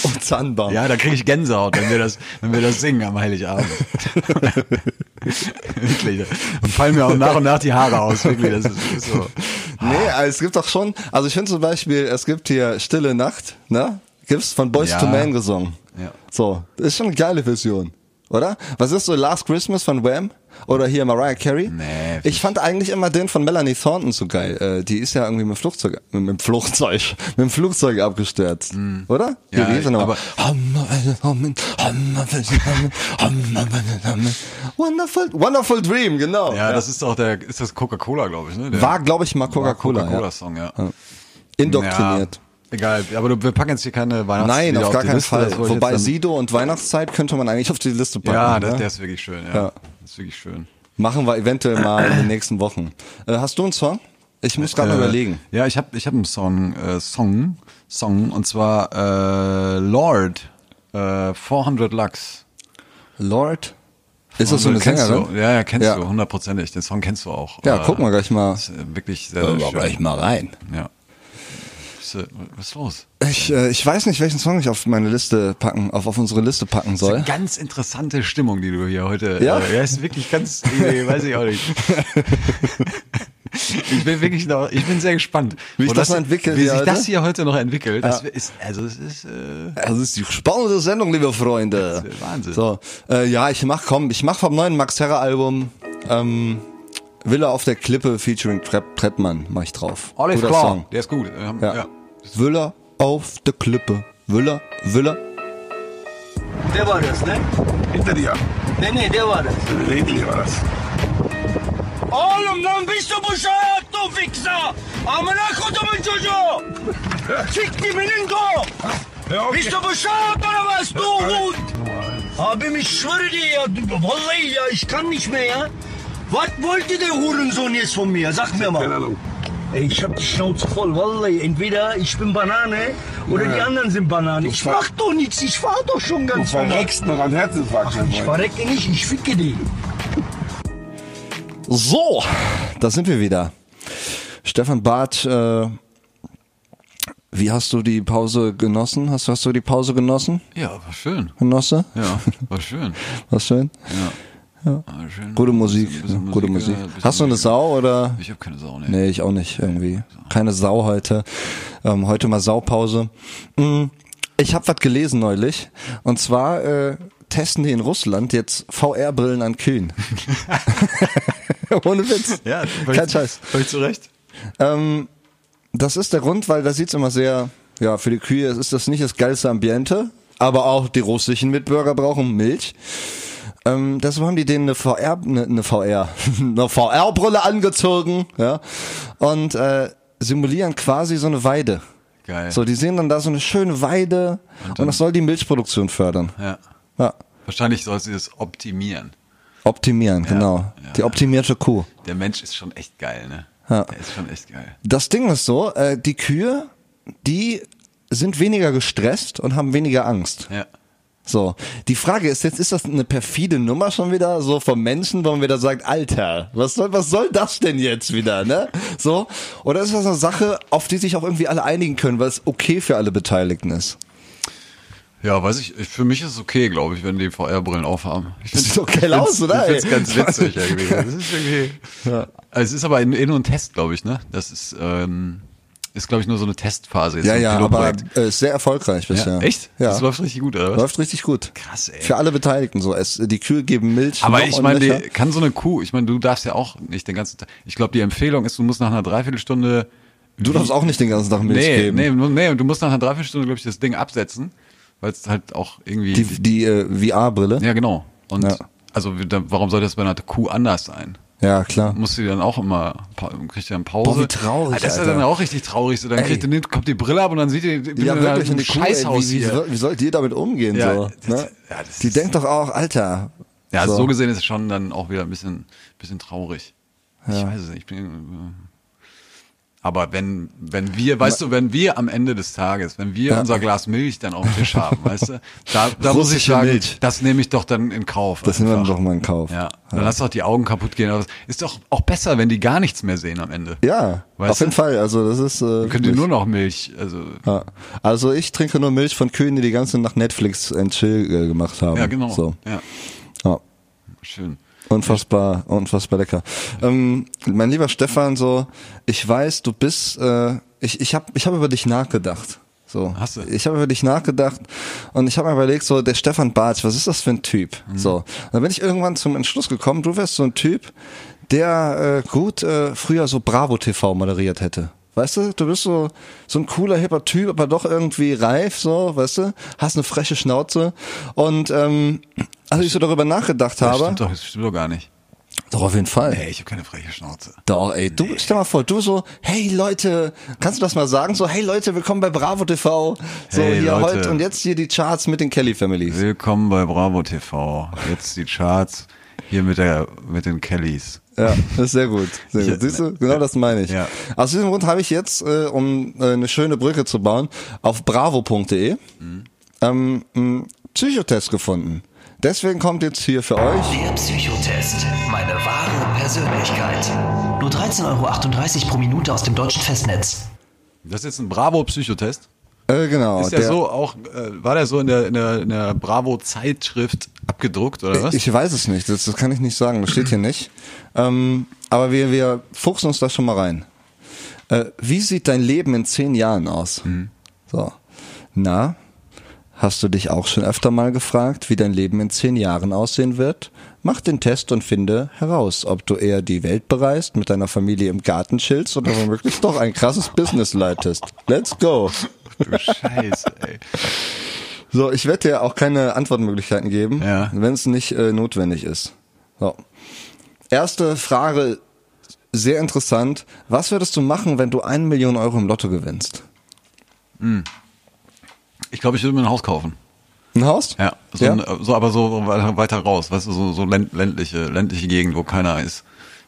E: Oh, Zahnbaum.
F: Ja, da kriege ich Gänsehaut, wenn wir das, wenn wir das singen am Heiligabend. wirklich. Und fallen mir auch nach und nach die Haare aus. Wirklich, das ist, ist so.
E: Nee, also es gibt doch schon, also ich finde zum Beispiel, es gibt hier Stille Nacht, ne? Gibt's von Boys
F: Ja.
E: to Man gesungen.
F: Ja.
E: So, das ist schon eine geile Version, oder? Was ist so Last Christmas von Wham? Oder hier Mariah Carey?
F: Nee,
E: Ich fand eigentlich immer den von Melanie Thornton so geil. Äh, die ist ja irgendwie mit dem Flugzeug, mit dem Flugzeug, mit dem Flugzeug abgestürzt, oder?
F: Mhm. Ja,
E: Hier, wie ist er
F: aber-
E: nochmal? Wonderful, wonderful Dream, genau.
F: Ja, das ist doch der, ist das Coca-Cola, glaube ich, ne? Der
E: war, glaube ich, mal Coca-Cola. ja.
F: Coca-Cola-Song, ja.
E: Indoktriniert.
F: Ja, egal, aber du, wir packen jetzt hier keine Weihnachtslieder
E: Nein, auf
F: auf
E: gar
F: die
E: keinen
F: Liste,
E: Fall.
F: das wollte ich
E: Wobei
F: jetzt dann-
E: Sido und Weihnachtszeit könnte man eigentlich auf die Liste packen.
F: Ja, das,
E: ne?
F: der ist wirklich schön, ja.
E: Ja.
F: Das ist wirklich schön.
E: Machen wir eventuell mal in den nächsten Wochen. Äh, hast du einen Song? Ich muss
F: Äh,
E: gerade mal überlegen.
F: Ja, ich habe ich hab einen Song, äh, Song, Song, und zwar äh, Lord, äh, 400 Lux.
E: Lord? Ist das so eine
F: Äh, kennst
E: Sängerin?
F: du? Ja, ja, kennst
E: Ja.
F: du, hundertprozentig. Den Song kennst du auch.
E: Ja, gucken wir gleich mal.
F: Ist äh, wirklich sehr,
E: Hören
F: sehr
E: wir
F: schön.
E: gleich mal rein.
F: Ja. Ist, äh, Was ist los?
E: Ich, äh, ich weiß nicht, welchen Song ich auf meine Liste packen, auf, auf unsere Liste packen
F: Das ist
E: soll.
F: eine ganz interessante Stimmung, die du hier heute.
E: Ja?
F: Äh, ja, ist wirklich ganz. irgendwie, weiß ich auch nicht. ich bin wirklich noch. Ich bin sehr gespannt,
E: Wie sich
F: Wo
E: das noch entwickelt,
F: wie
E: ja,
F: sich
E: Alter.
F: das hier heute noch entwickelt. Das ist also es ist. Äh,
E: Das ist die spannende Sendung, liebe Freunde.
F: Das ist Wahnsinn.
E: So, äh, ja, ich mach, komm, ich mach vom neuen Max Herrer Album ähm, Villa auf der Klippe featuring Trepp, Treppmann mach ich drauf.
F: Olive
E: Guter
F: Claw.
E: Song.
F: Der ist gut. Ähm,
E: Ja.
F: ja.
E: Villa auf der Klippe. Villa, Villa.
G: Der war das, ne? Hinter dir. Nee, nee, der war das. Redlich war das. Oh, Mann, bist du bescheuert, du Wichser! Amanako, du mein Jojo! Fick die Meningo! Bist du bescheuert oder was, du Hund? Abim, ich schwöre dir, ja, du- Wallahi, ja, ich kann nicht mehr, ja? Was wollte der Hurensohn jetzt von mir? Sag mir mal. Ey, ich hab die Schnauze voll, Wallahi. Entweder ich bin Banane oder die anderen sind Bananen. Ich mach doch nichts, ich fahr doch schon ganz normal.
H: noch an Herzinfarkt.
G: Ich verrecke nicht, ich ficke die.
E: So, da sind wir wieder. Stefan Barth, äh, wie hast du die Pause genossen? Hast, hast du die Pause genossen?
F: ja, war schön.
E: Genosse?
F: Ja, war schön.
E: Was schön?
F: War schön.
E: Gute Musik, ne?
F: Bisschen
E: gute Musik.
F: Musik, äh, bisschen
E: Hast du eine
F: Musik.
E: Sau oder?
F: Ich habe keine Sau. ne. Nee.
E: Nee, ich auch nicht irgendwie. Keine Sau heute. Ähm, heute mal Saupause. Mm, Ich habe was gelesen neulich. Und zwar äh, testen die in Russland jetzt VR-Brillen an Kühen. Ohne Witz.
F: Ja,
E: Kein Scheiß.
F: Völlig zu Recht.
E: Ähm, das ist der Grund, weil da sieht's immer sehr, ja, für die Kühe ist das nicht das geilste Ambiente, aber auch die russischen Mitbürger brauchen Milch. Ähm, deshalb haben die denen eine VR, eine, eine VR, eine VR-Brille angezogen, ja, und äh, simulieren quasi so eine Weide.
F: Geil.
E: So, die sehen dann da so eine schöne Weide und, das soll die Milchproduktion fördern.
F: Ja.
E: Ja,
F: Wahrscheinlich sollst du das optimieren.
E: optimieren, genau. die optimierte Kuh.
F: Der Mensch ist schon echt geil, ne?
E: Ja.
F: Der ist schon echt geil.
E: Das Ding ist so, äh, die Kühe, die sind weniger gestresst und haben weniger Angst.
F: Ja.
E: So, die Frage ist jetzt, ist das eine perfide Nummer schon wieder, so vom Menschen, wo man wieder sagt, Alter, was soll, was soll das denn jetzt wieder, ne? So, oder ist das eine Sache, auf die sich auch irgendwie alle einigen können, weil es okay für alle Beteiligten ist?
F: Ja, weiß ich, ich- für mich ist es okay, glaube ich, wenn die VR-Brillen aufhaben. Ich
E: Sieht doch geil aus, oder?
F: Ich finde es
E: ey?
F: ganz witzig irgendwie. Das ist irgendwie Also, es ist aber in, in und Test, glaube ich, ne? Das ist, ähm, ist glaube ich, nur so eine Testphase. Jetzt
E: Ja,
F: so ein
E: ja, aber
F: Pilotprojekt.
E: äh, ist sehr erfolgreich bisher.
F: Ja, echt?
E: Ja.
F: Das läuft richtig gut, oder was?
E: Läuft richtig gut.
F: Krass, ey.
E: Für alle Beteiligten so. Es, die Kühe geben Milch.
F: Aber
E: noch
F: ich
E: und
F: meine,
E: nöcher.
F: die- kann so eine Kuh, ich meine, du darfst ja auch nicht den ganzen Tag. Ich glaube, die Empfehlung ist, du musst nach einer Dreiviertelstunde.
E: du darfst auch nicht den ganzen Tag Milch
F: Nee,
E: geben.
F: nee, du- nee, du musst nach einer Dreiviertelstunde, glaube ich, das Ding absetzen, weil es halt auch irgendwie.
E: Die, die äh, VR-Brille?
F: ja, genau. Und
E: Ja.
F: also, wie- dann- warum soll das bei einer Kuh anders sein?
E: Ja, klar.
F: Musst du die dann auch immer, pa- kriegt die dann Pause.
E: Boah, wie traurig,
F: Ah, Das ist
E: Alter.
F: dann auch richtig traurig. So, dann
E: Ey.
F: kriegt, die- kommt die Brille ab und dann sieht die, die
E: Ja,
F: in
E: wirklich,
F: einem
E: und die Kuh, ey,
F: Scheißhaus
E: wie, wie,
F: hier.
E: soll- wie sollt ihr damit umgehen?
F: Ja,
E: so,
F: das-
E: ne?
F: ja, das
E: die
F: ist-
E: denkt doch auch, Alter.
F: Ja, also so. gesehen ist es schon dann auch wieder ein bisschen, bisschen traurig. Ich weiß es nicht. Ich bin, äh, aber wenn, wenn wir, weißt du, wenn wir am Ende des Tages, wenn wir
E: Ja.
F: unser Glas Milch dann auf dem Tisch haben, weißt du, da, da muss ich
E: Russische
F: sagen,
E: Milch.
F: das nehme ich doch dann in Kauf.
E: Das nehmen wir
F: einfach.
E: doch mal in Kauf.
F: Ja, dann lass doch die Augen kaputt gehen. Aber ist doch auch besser, wenn die gar nichts mehr sehen am Ende.
E: Ja,
F: Weißt
E: auf jeden
F: du?
E: Fall. Also das ist. Äh,
F: Könnt ihr
E: wirklich-
F: nur noch Milch, also
E: ja. Also ich trinke nur Milch von Kühen, die die ganze Nacht Netflix and Chill äh, gemacht haben.
F: ja genau.
E: So.
F: Ja,
E: Ja.
F: schön.
E: Unfassbar, unfassbar lecker. Ähm, mein lieber Stefan, so ich weiß, du bist. Äh, ich ich habe ich hab über dich nachgedacht. So.
F: Hast du?
E: Ich habe über dich nachgedacht und ich habe mir überlegt, so der Stefan Bartsch, was ist das für ein Typ?
F: Mhm.
E: So. Und dann bin ich irgendwann zum Entschluss gekommen, du wärst so ein Typ, der äh, gut äh, früher so Bravo TV moderiert hätte. Weißt du, du bist so, so ein cooler, hipper Typ, aber doch irgendwie reif, so, weißt du, hast eine freche Schnauze. Und ähm, als ich so darüber nachgedacht
F: Das
E: habe.
F: stimmt doch, das stimmt doch gar nicht.
E: Doch, auf jeden Fall.
F: Ey, ich habe keine freche Schnauze.
E: Doch, ey, du, stell mal vor, du so, hey Leute, kannst du das mal sagen? So, hey Leute, willkommen bei Bravo TV. So,
F: Hey,
E: hier
F: Leute.
E: heute und jetzt hier die Charts mit den Kelly Families.
F: Willkommen bei Bravo TV. Jetzt die Charts Hier mit, der, mit den Kellys.
E: Ja, das ist sehr gut. Sehr gut. Siehst du, genau das meine ich.
F: Ja.
E: Aus diesem Grund habe ich jetzt, äh, um äh, eine schöne Brücke zu bauen, auf bravo.de
F: Mhm.
E: ähm, einen Psychotest gefunden. Deswegen kommt jetzt hier für euch.
H: Der Psychotest. Meine wahre Persönlichkeit. Nur 13,38 Euro pro Minute aus dem deutschen Festnetz.
F: Das ist jetzt ein Bravo-Psychotest.
E: Äh, genau.
F: Ist der, so auch, äh, war der so in der, in der, in der Bravo-Zeitschrift abgedruckt oder was?
E: Ich weiß es nicht, das, das kann ich nicht sagen, das steht hier nicht. Ähm, aber wir, wir fuchsen uns da schon mal rein. Äh, wie sieht dein Leben in zehn Jahren aus?
F: Mhm.
E: So. Na, hast du dich auch schon öfter mal gefragt, wie dein Leben in zehn Jahren aussehen wird? Mach den Test und finde heraus, ob du eher die Welt bereist, mit deiner Familie im Garten chillst oder womöglich doch ein krasses Business leitest. Let's go!
F: du Scheiße, ey.
E: So, ich werde dir auch keine Antwortmöglichkeiten geben,
F: Ja.
E: wenn es nicht äh, notwendig ist. So. Erste Frage, sehr interessant. Was würdest du machen, wenn du 1 Million Euro im Lotto gewinnst?
F: Ich glaube, ich würde mir ein Haus kaufen.
E: Ein Haus?
F: Ja, so,
E: ja?
F: Ein, so aber so weiter, weiter raus, weißt du, so, so länd- ländliche, ländliche Gegend, wo keiner ist.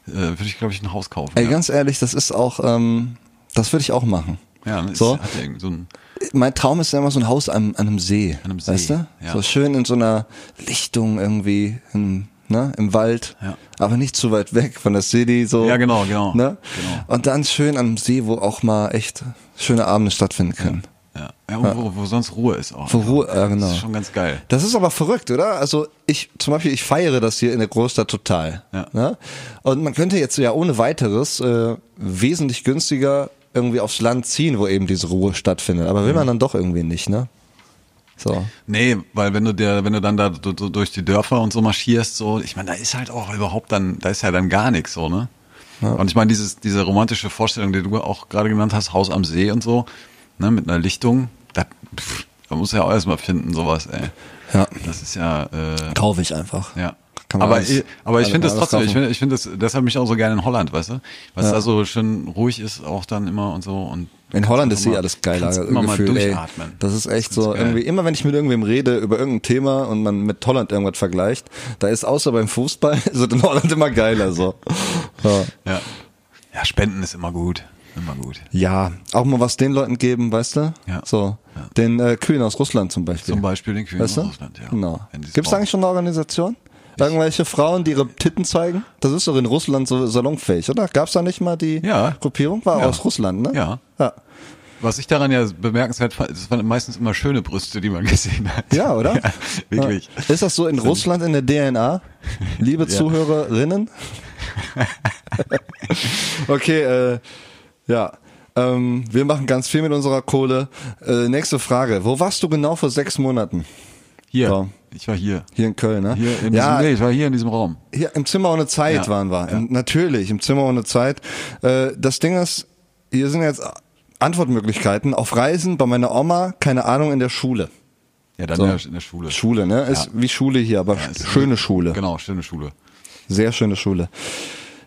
F: Äh, würde ich, glaube ich, ein Haus kaufen.
E: Ey,
F: ja.
E: ganz ehrlich, das ist auch, ähm, das würde ich auch machen.
F: ja, dann ist,
E: so.
F: hat irgend so ein,
E: Mein Traum ist ja immer so ein Haus an, an einem See.
F: An einem See,
E: Weißt du?
F: ja.
E: So schön in so einer Lichtung irgendwie, im, ne, im Wald.
F: Ja.
E: Aber nicht zu weit weg von der City, so.
F: Ja, genau, genau.
E: Ne?
F: Genau.
E: Und dann schön an einem See, wo auch mal echt schöne Abende stattfinden können.
F: ja. ja und wo, wo sonst Ruhe ist auch. ne?
E: Wo Ruhe, ja, genau.
F: Das ist schon ganz geil.
E: Das ist aber verrückt, oder? Also ich zum Beispiel, ich feiere das hier in der Großstadt total.
F: Ja.
E: Ne? Und man könnte jetzt ja ohne weiteres äh, wesentlich günstiger irgendwie aufs Land ziehen, wo eben diese Ruhe stattfindet. Aber will
F: Mhm.
E: man dann doch irgendwie nicht, ne? So.
F: Nee, weil wenn du dir, wenn du dann da du, du durch die Dörfer und so marschierst, so, ich meine, da ist halt auch überhaupt dann, da ist ja dann gar nichts so, ne? Und ich meine, dieses, diese romantische Vorstellung, die du auch gerade genannt hast, Haus am See und so, ne, mit einer Lichtung, da, pff, da muss ja auch erstmal finden, sowas, ey.
E: Ja.
F: Das ist ja, äh,
E: Kaufe ich einfach.
F: ja.
E: Kann man
F: aber,
E: alles-
F: ich, aber ich
E: alles-
F: finde das
E: alles
F: trotzdem, ich
E: kaufen.
F: finde ich finde das, das hat mich auch so gerne in Holland, weißt du? Weil es da so schön ruhig ist, auch dann immer und so. Und
E: In Holland ist eh
F: immer-
E: alles geiler
F: kannst immer mal
E: gefühlt,
F: durchatmen.
E: Ey. Das ist echt
F: ganz
E: so
F: geil.
E: irgendwie immer wenn ich mit irgendwem rede über irgendein Thema und man mit Holland irgendwas vergleicht, da ist außer beim Fußball ist es in Holland immer geiler so. Ja.
F: Ja. Ja, Spenden ist immer gut. Immer gut.
E: Ja, auch mal was den Leuten geben, weißt du?
F: Ja.
E: So,
F: Ja.
E: den äh, Kühen aus Russland zum Beispiel.
F: Zum Beispiel den Kühen
E: weißt du?
F: aus Russland, ja.
E: Genau.
F: Wenn die's
E: Gibt es
F: brauchen.
E: eigentlich schon eine Organisation? Irgendwelche Frauen, die ihre Titten zeigen? Das ist doch in Russland so salonfähig, oder? Gab's da nicht mal die
F: Ja.
E: Gruppierung? War
F: Ja.
E: aus Russland, ne?
F: Ja.
E: Ja,
F: Was ich daran ja bemerkenswert fand, es waren meistens immer schöne Brüste, die man gesehen hat.
E: ja oder?
F: Ja, wirklich.
E: Ja. Ist das so in Russland in der DNA? Liebe Zuhörerinnen? okay, äh, ja. Ähm, wir machen ganz viel mit unserer Kohle. Äh, nächste Frage. Wo warst du genau vor sechs Monaten?
F: Hier.
E: So.
F: Ich war hier.
E: Hier in Köln, ne?
F: Hier in
E: ja,
F: diesem, nee, ich war hier in diesem Raum.
E: hier im Zimmer ohne Zeit
F: Ja,
E: waren wir. Im, natürlich, im Zimmer ohne Zeit. Äh, das Ding ist, hier sind jetzt Antwortmöglichkeiten. Auf Reisen bei meiner Oma, keine Ahnung, in der Schule.
F: Ja, dann
E: So.
F: in der- in der Schule.
E: Schule, ne? Ist
F: Ja.
E: wie Schule hier, aber
F: Ja, ist-
E: schöne Schule.
F: Genau, schöne Schule.
E: Sehr schöne Schule.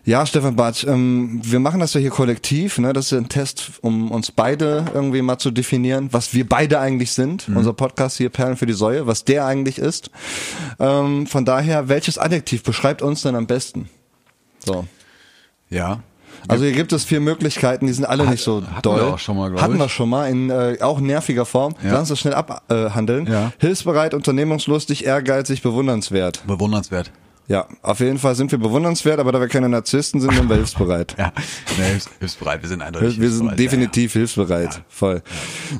E: Ja, Stefan Bartsch, ähm, wir machen das ja hier kollektiv. Ne? Das ist ja ein Test, um uns beide irgendwie mal zu definieren, was wir beide eigentlich sind.
F: Mhm.
E: Unser Podcast hier Perlen für die Säue, was der eigentlich ist. Ähm, von daher, welches Adjektiv beschreibt uns denn am besten? So.
F: Ja.
E: Also hier gibt es vier Möglichkeiten, die sind alle
F: Hat-
E: nicht so
F: hatten
E: doll.
F: wir auch schon mal, glaub
E: hatten
F: ich.
E: wir schon mal in äh, auch nerviger Form.
F: Ja.
E: Lass uns schnell abhandeln.
F: Ja.
E: Hilfsbereit, unternehmungslustig, ehrgeizig, bewundernswert.
F: Bewundernswert.
E: Ja, auf jeden Fall sind wir bewundernswert, aber da wir keine Narzissten sind, sind wir hilfsbereit.
F: Ja. Nee, hilfs, hilfsbereit. Wir sind eindeutig.
E: Wir sind
F: hilfsbereit, ja,
E: definitiv hilfsbereit, voll.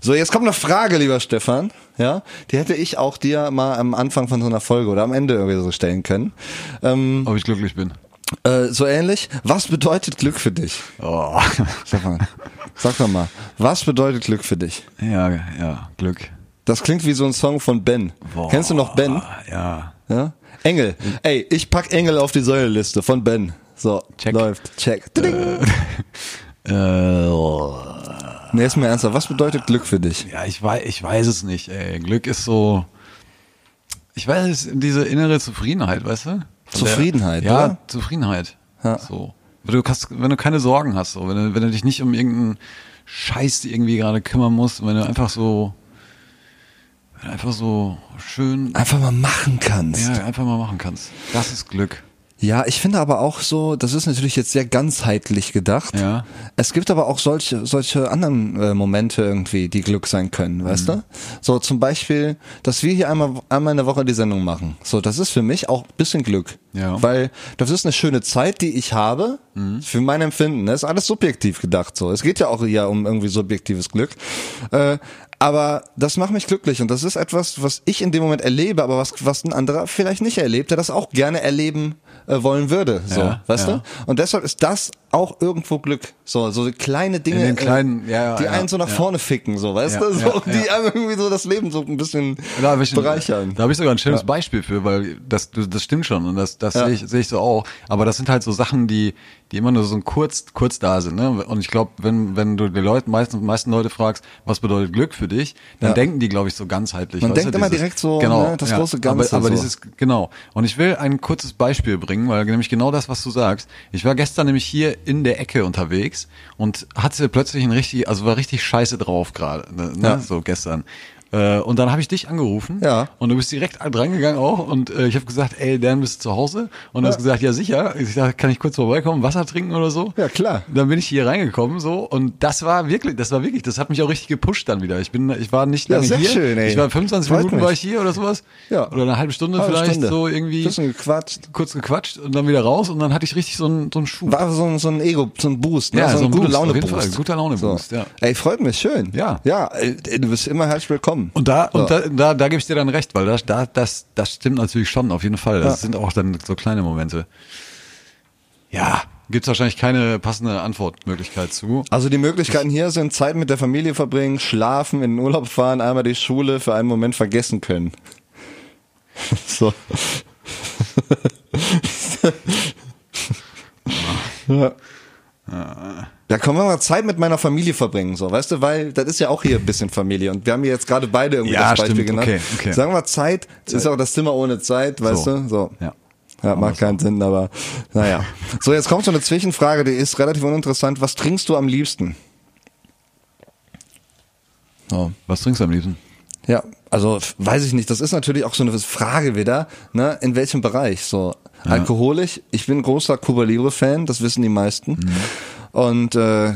E: So, jetzt kommt eine Frage, lieber Stefan. Ja, die hätte ich auch dir mal am Anfang von so einer Folge oder am Ende irgendwie so stellen können. Ähm,
F: Ja. Ob ich glücklich bin.
E: äh, so ähnlich. Was bedeutet Glück für dich,
F: Oh.
E: Stefan? Sag doch mal, was bedeutet Glück für dich?
F: ja, ja, Glück.
E: Das klingt wie so ein Song von Ben.
F: Boah.
E: Kennst du noch Ben?
F: Ja.
E: Ja? Engel. Ey, ich pack Engel auf die Säuleliste von Ben. So,
F: Check.
E: läuft. Check. Ding.
F: Äh, oh.
E: Nee, ist mir ernsthaft. Was bedeutet Glück für dich?
F: Ja, ich weiß, ich weiß es nicht, ey. Glück ist so. Ich weiß es, diese innere Zufriedenheit, weißt du? Von
E: Zufriedenheit,
F: der, Ja,
E: oder?
F: Zufriedenheit.
E: Ja.
F: So. Wenn du, hast, wenn du keine Sorgen hast, so. wenn, du, wenn du dich nicht um irgendeinen Scheiß irgendwie gerade kümmern musst, wenn du einfach so. Wenn du einfach so schön.
E: einfach mal machen kannst.
F: Ja, einfach mal machen kannst. Das ist Glück.
E: Ja, ich finde aber auch so, das ist natürlich jetzt sehr ganzheitlich gedacht.
F: Ja.
E: Es gibt aber auch solche, solche anderen äh, Momente irgendwie, die Glück sein können,
F: Mhm.
E: weißt du? So zum Beispiel, dass wir hier einmal, einmal in der Woche die Sendung machen. So, das ist für mich auch ein bisschen Glück.
F: Ja. Mhm.
E: Weil das ist eine schöne Zeit, die ich habe, für mein Empfinden. Das ist alles subjektiv gedacht so. Es geht ja auch ja um irgendwie subjektives Glück. Äh, aber das macht mich glücklich und das ist etwas, was ich in dem Moment erlebe, aber was, was ein anderer vielleicht nicht erlebt, der das auch gerne erleben äh, wollen würde. So,
F: Ja,
E: weißt
F: ja.
E: du? Und deshalb ist das auch irgendwo Glück. So, so kleine Dinge,
F: In den kleinen-
E: äh,
F: ja, ja,
E: die
F: ja,
E: einen so nach
F: ja.
E: vorne ficken, so, weißt
F: Ja,
E: du? So,
F: ja,
E: die
F: ja.
E: einem irgendwie so das Leben so ein bisschen
F: Da habe ich,
E: bereichern.
F: da hab ich sogar ein schönes Beispiel für, weil das, das stimmt schon und das, das sehe ich, sehe ich so auch. Aber das sind halt so Sachen, die, die immer nur so kurz, kurz da sind. Ne? Und ich glaube, wenn, wenn du die Leute, meisten, meisten Leute fragst, was bedeutet Glück für dich, dann
E: Ja.
F: denken die, glaube ich, so ganzheitlich.
E: Man
F: weißt
E: denkt
F: du, Genau,
E: immer direkt so, ne, das große Ganze
F: Aber, aber
E: so.
F: dieses, genau. Und ich will ein kurzes Beispiel bringen, weil nämlich genau das, was du sagst. Ich war gestern nämlich hier in der Ecke unterwegs und hatte plötzlich ein richtig, also war richtig scheiße drauf gerade, ne, ne,
E: Ja.
F: so gestern. Äh, und dann habe ich dich angerufen
E: Ja.
F: und du bist direkt drangegangen auch und äh, ich habe gesagt, ey, Dan, bist du zu Hause? Und du hast gesagt, ja sicher. Ich dachte, kann ich kurz vorbeikommen, Wasser trinken oder so?
E: Ja, klar.
F: Dann bin ich hier reingekommen so und das war wirklich, das war wirklich, das hat mich auch richtig gepusht dann wieder. Ich bin, ich war nicht
E: Ja,
F: lange
E: sehr
F: hier.
E: schön, ey.
F: Ich war 25
E: Freut
F: Minuten
E: mich.
F: war ich hier oder sowas.
E: Ja.
F: Oder eine halbe Stunde
E: Halbe
F: vielleicht
E: Stunde.
F: so irgendwie.
E: Bisschen gequatscht.
F: Kurz gequatscht und dann wieder raus und dann hatte ich richtig so einen, so einen Schub.
E: War so ein, so ein Ego, so ein Boost, ne?
F: Ja,
E: so
F: so
E: ein
F: ein
E: gute
F: Boost, auf
E: Laune
F: jeden
E: Boost.
F: Fall, guter Laune Boost, ja.
E: Ey, freut mich schön.
F: Ja.
E: Ja, ey, du bist immer herzlich willkommen.
F: Und da,
E: So.
F: und da, da, da gebe ich dir dann recht, weil das, da, das, das stimmt natürlich schon, auf jeden Fall. Das sind auch dann so kleine Momente. Ja, gibt's wahrscheinlich keine passende Antwortmöglichkeit zu.
E: Also die Möglichkeiten hier sind Zeit mit der Familie verbringen, schlafen, in den Urlaub fahren, einmal die Schule für einen Moment vergessen können. So. ja. Da können wir mal Zeit mit meiner Familie verbringen, so, weißt du, weil das ist ja auch hier ein bisschen Familie und wir haben hier jetzt gerade beide irgendwie
F: Ja,
E: das Beispiel
F: stimmt,
E: genannt.
F: okay, okay.
E: Sagen wir Zeit, ist auch das Zimmer ohne Zeit, weißt
F: So.
E: du, so.
F: Ja.
E: Ja, macht keinen Sinn, aber naja. So, jetzt kommt so eine Zwischenfrage, die ist relativ uninteressant. Was trinkst du am liebsten?
F: Oh. Was trinkst du am liebsten?
E: Ja, also f- weiß ich nicht. Das ist natürlich auch so eine Frage wieder, ne? In welchem Bereich? So alkoholisch. Ich bin großer Cuba Libre Fan, das wissen die meisten.
F: Mhm.
E: Und äh,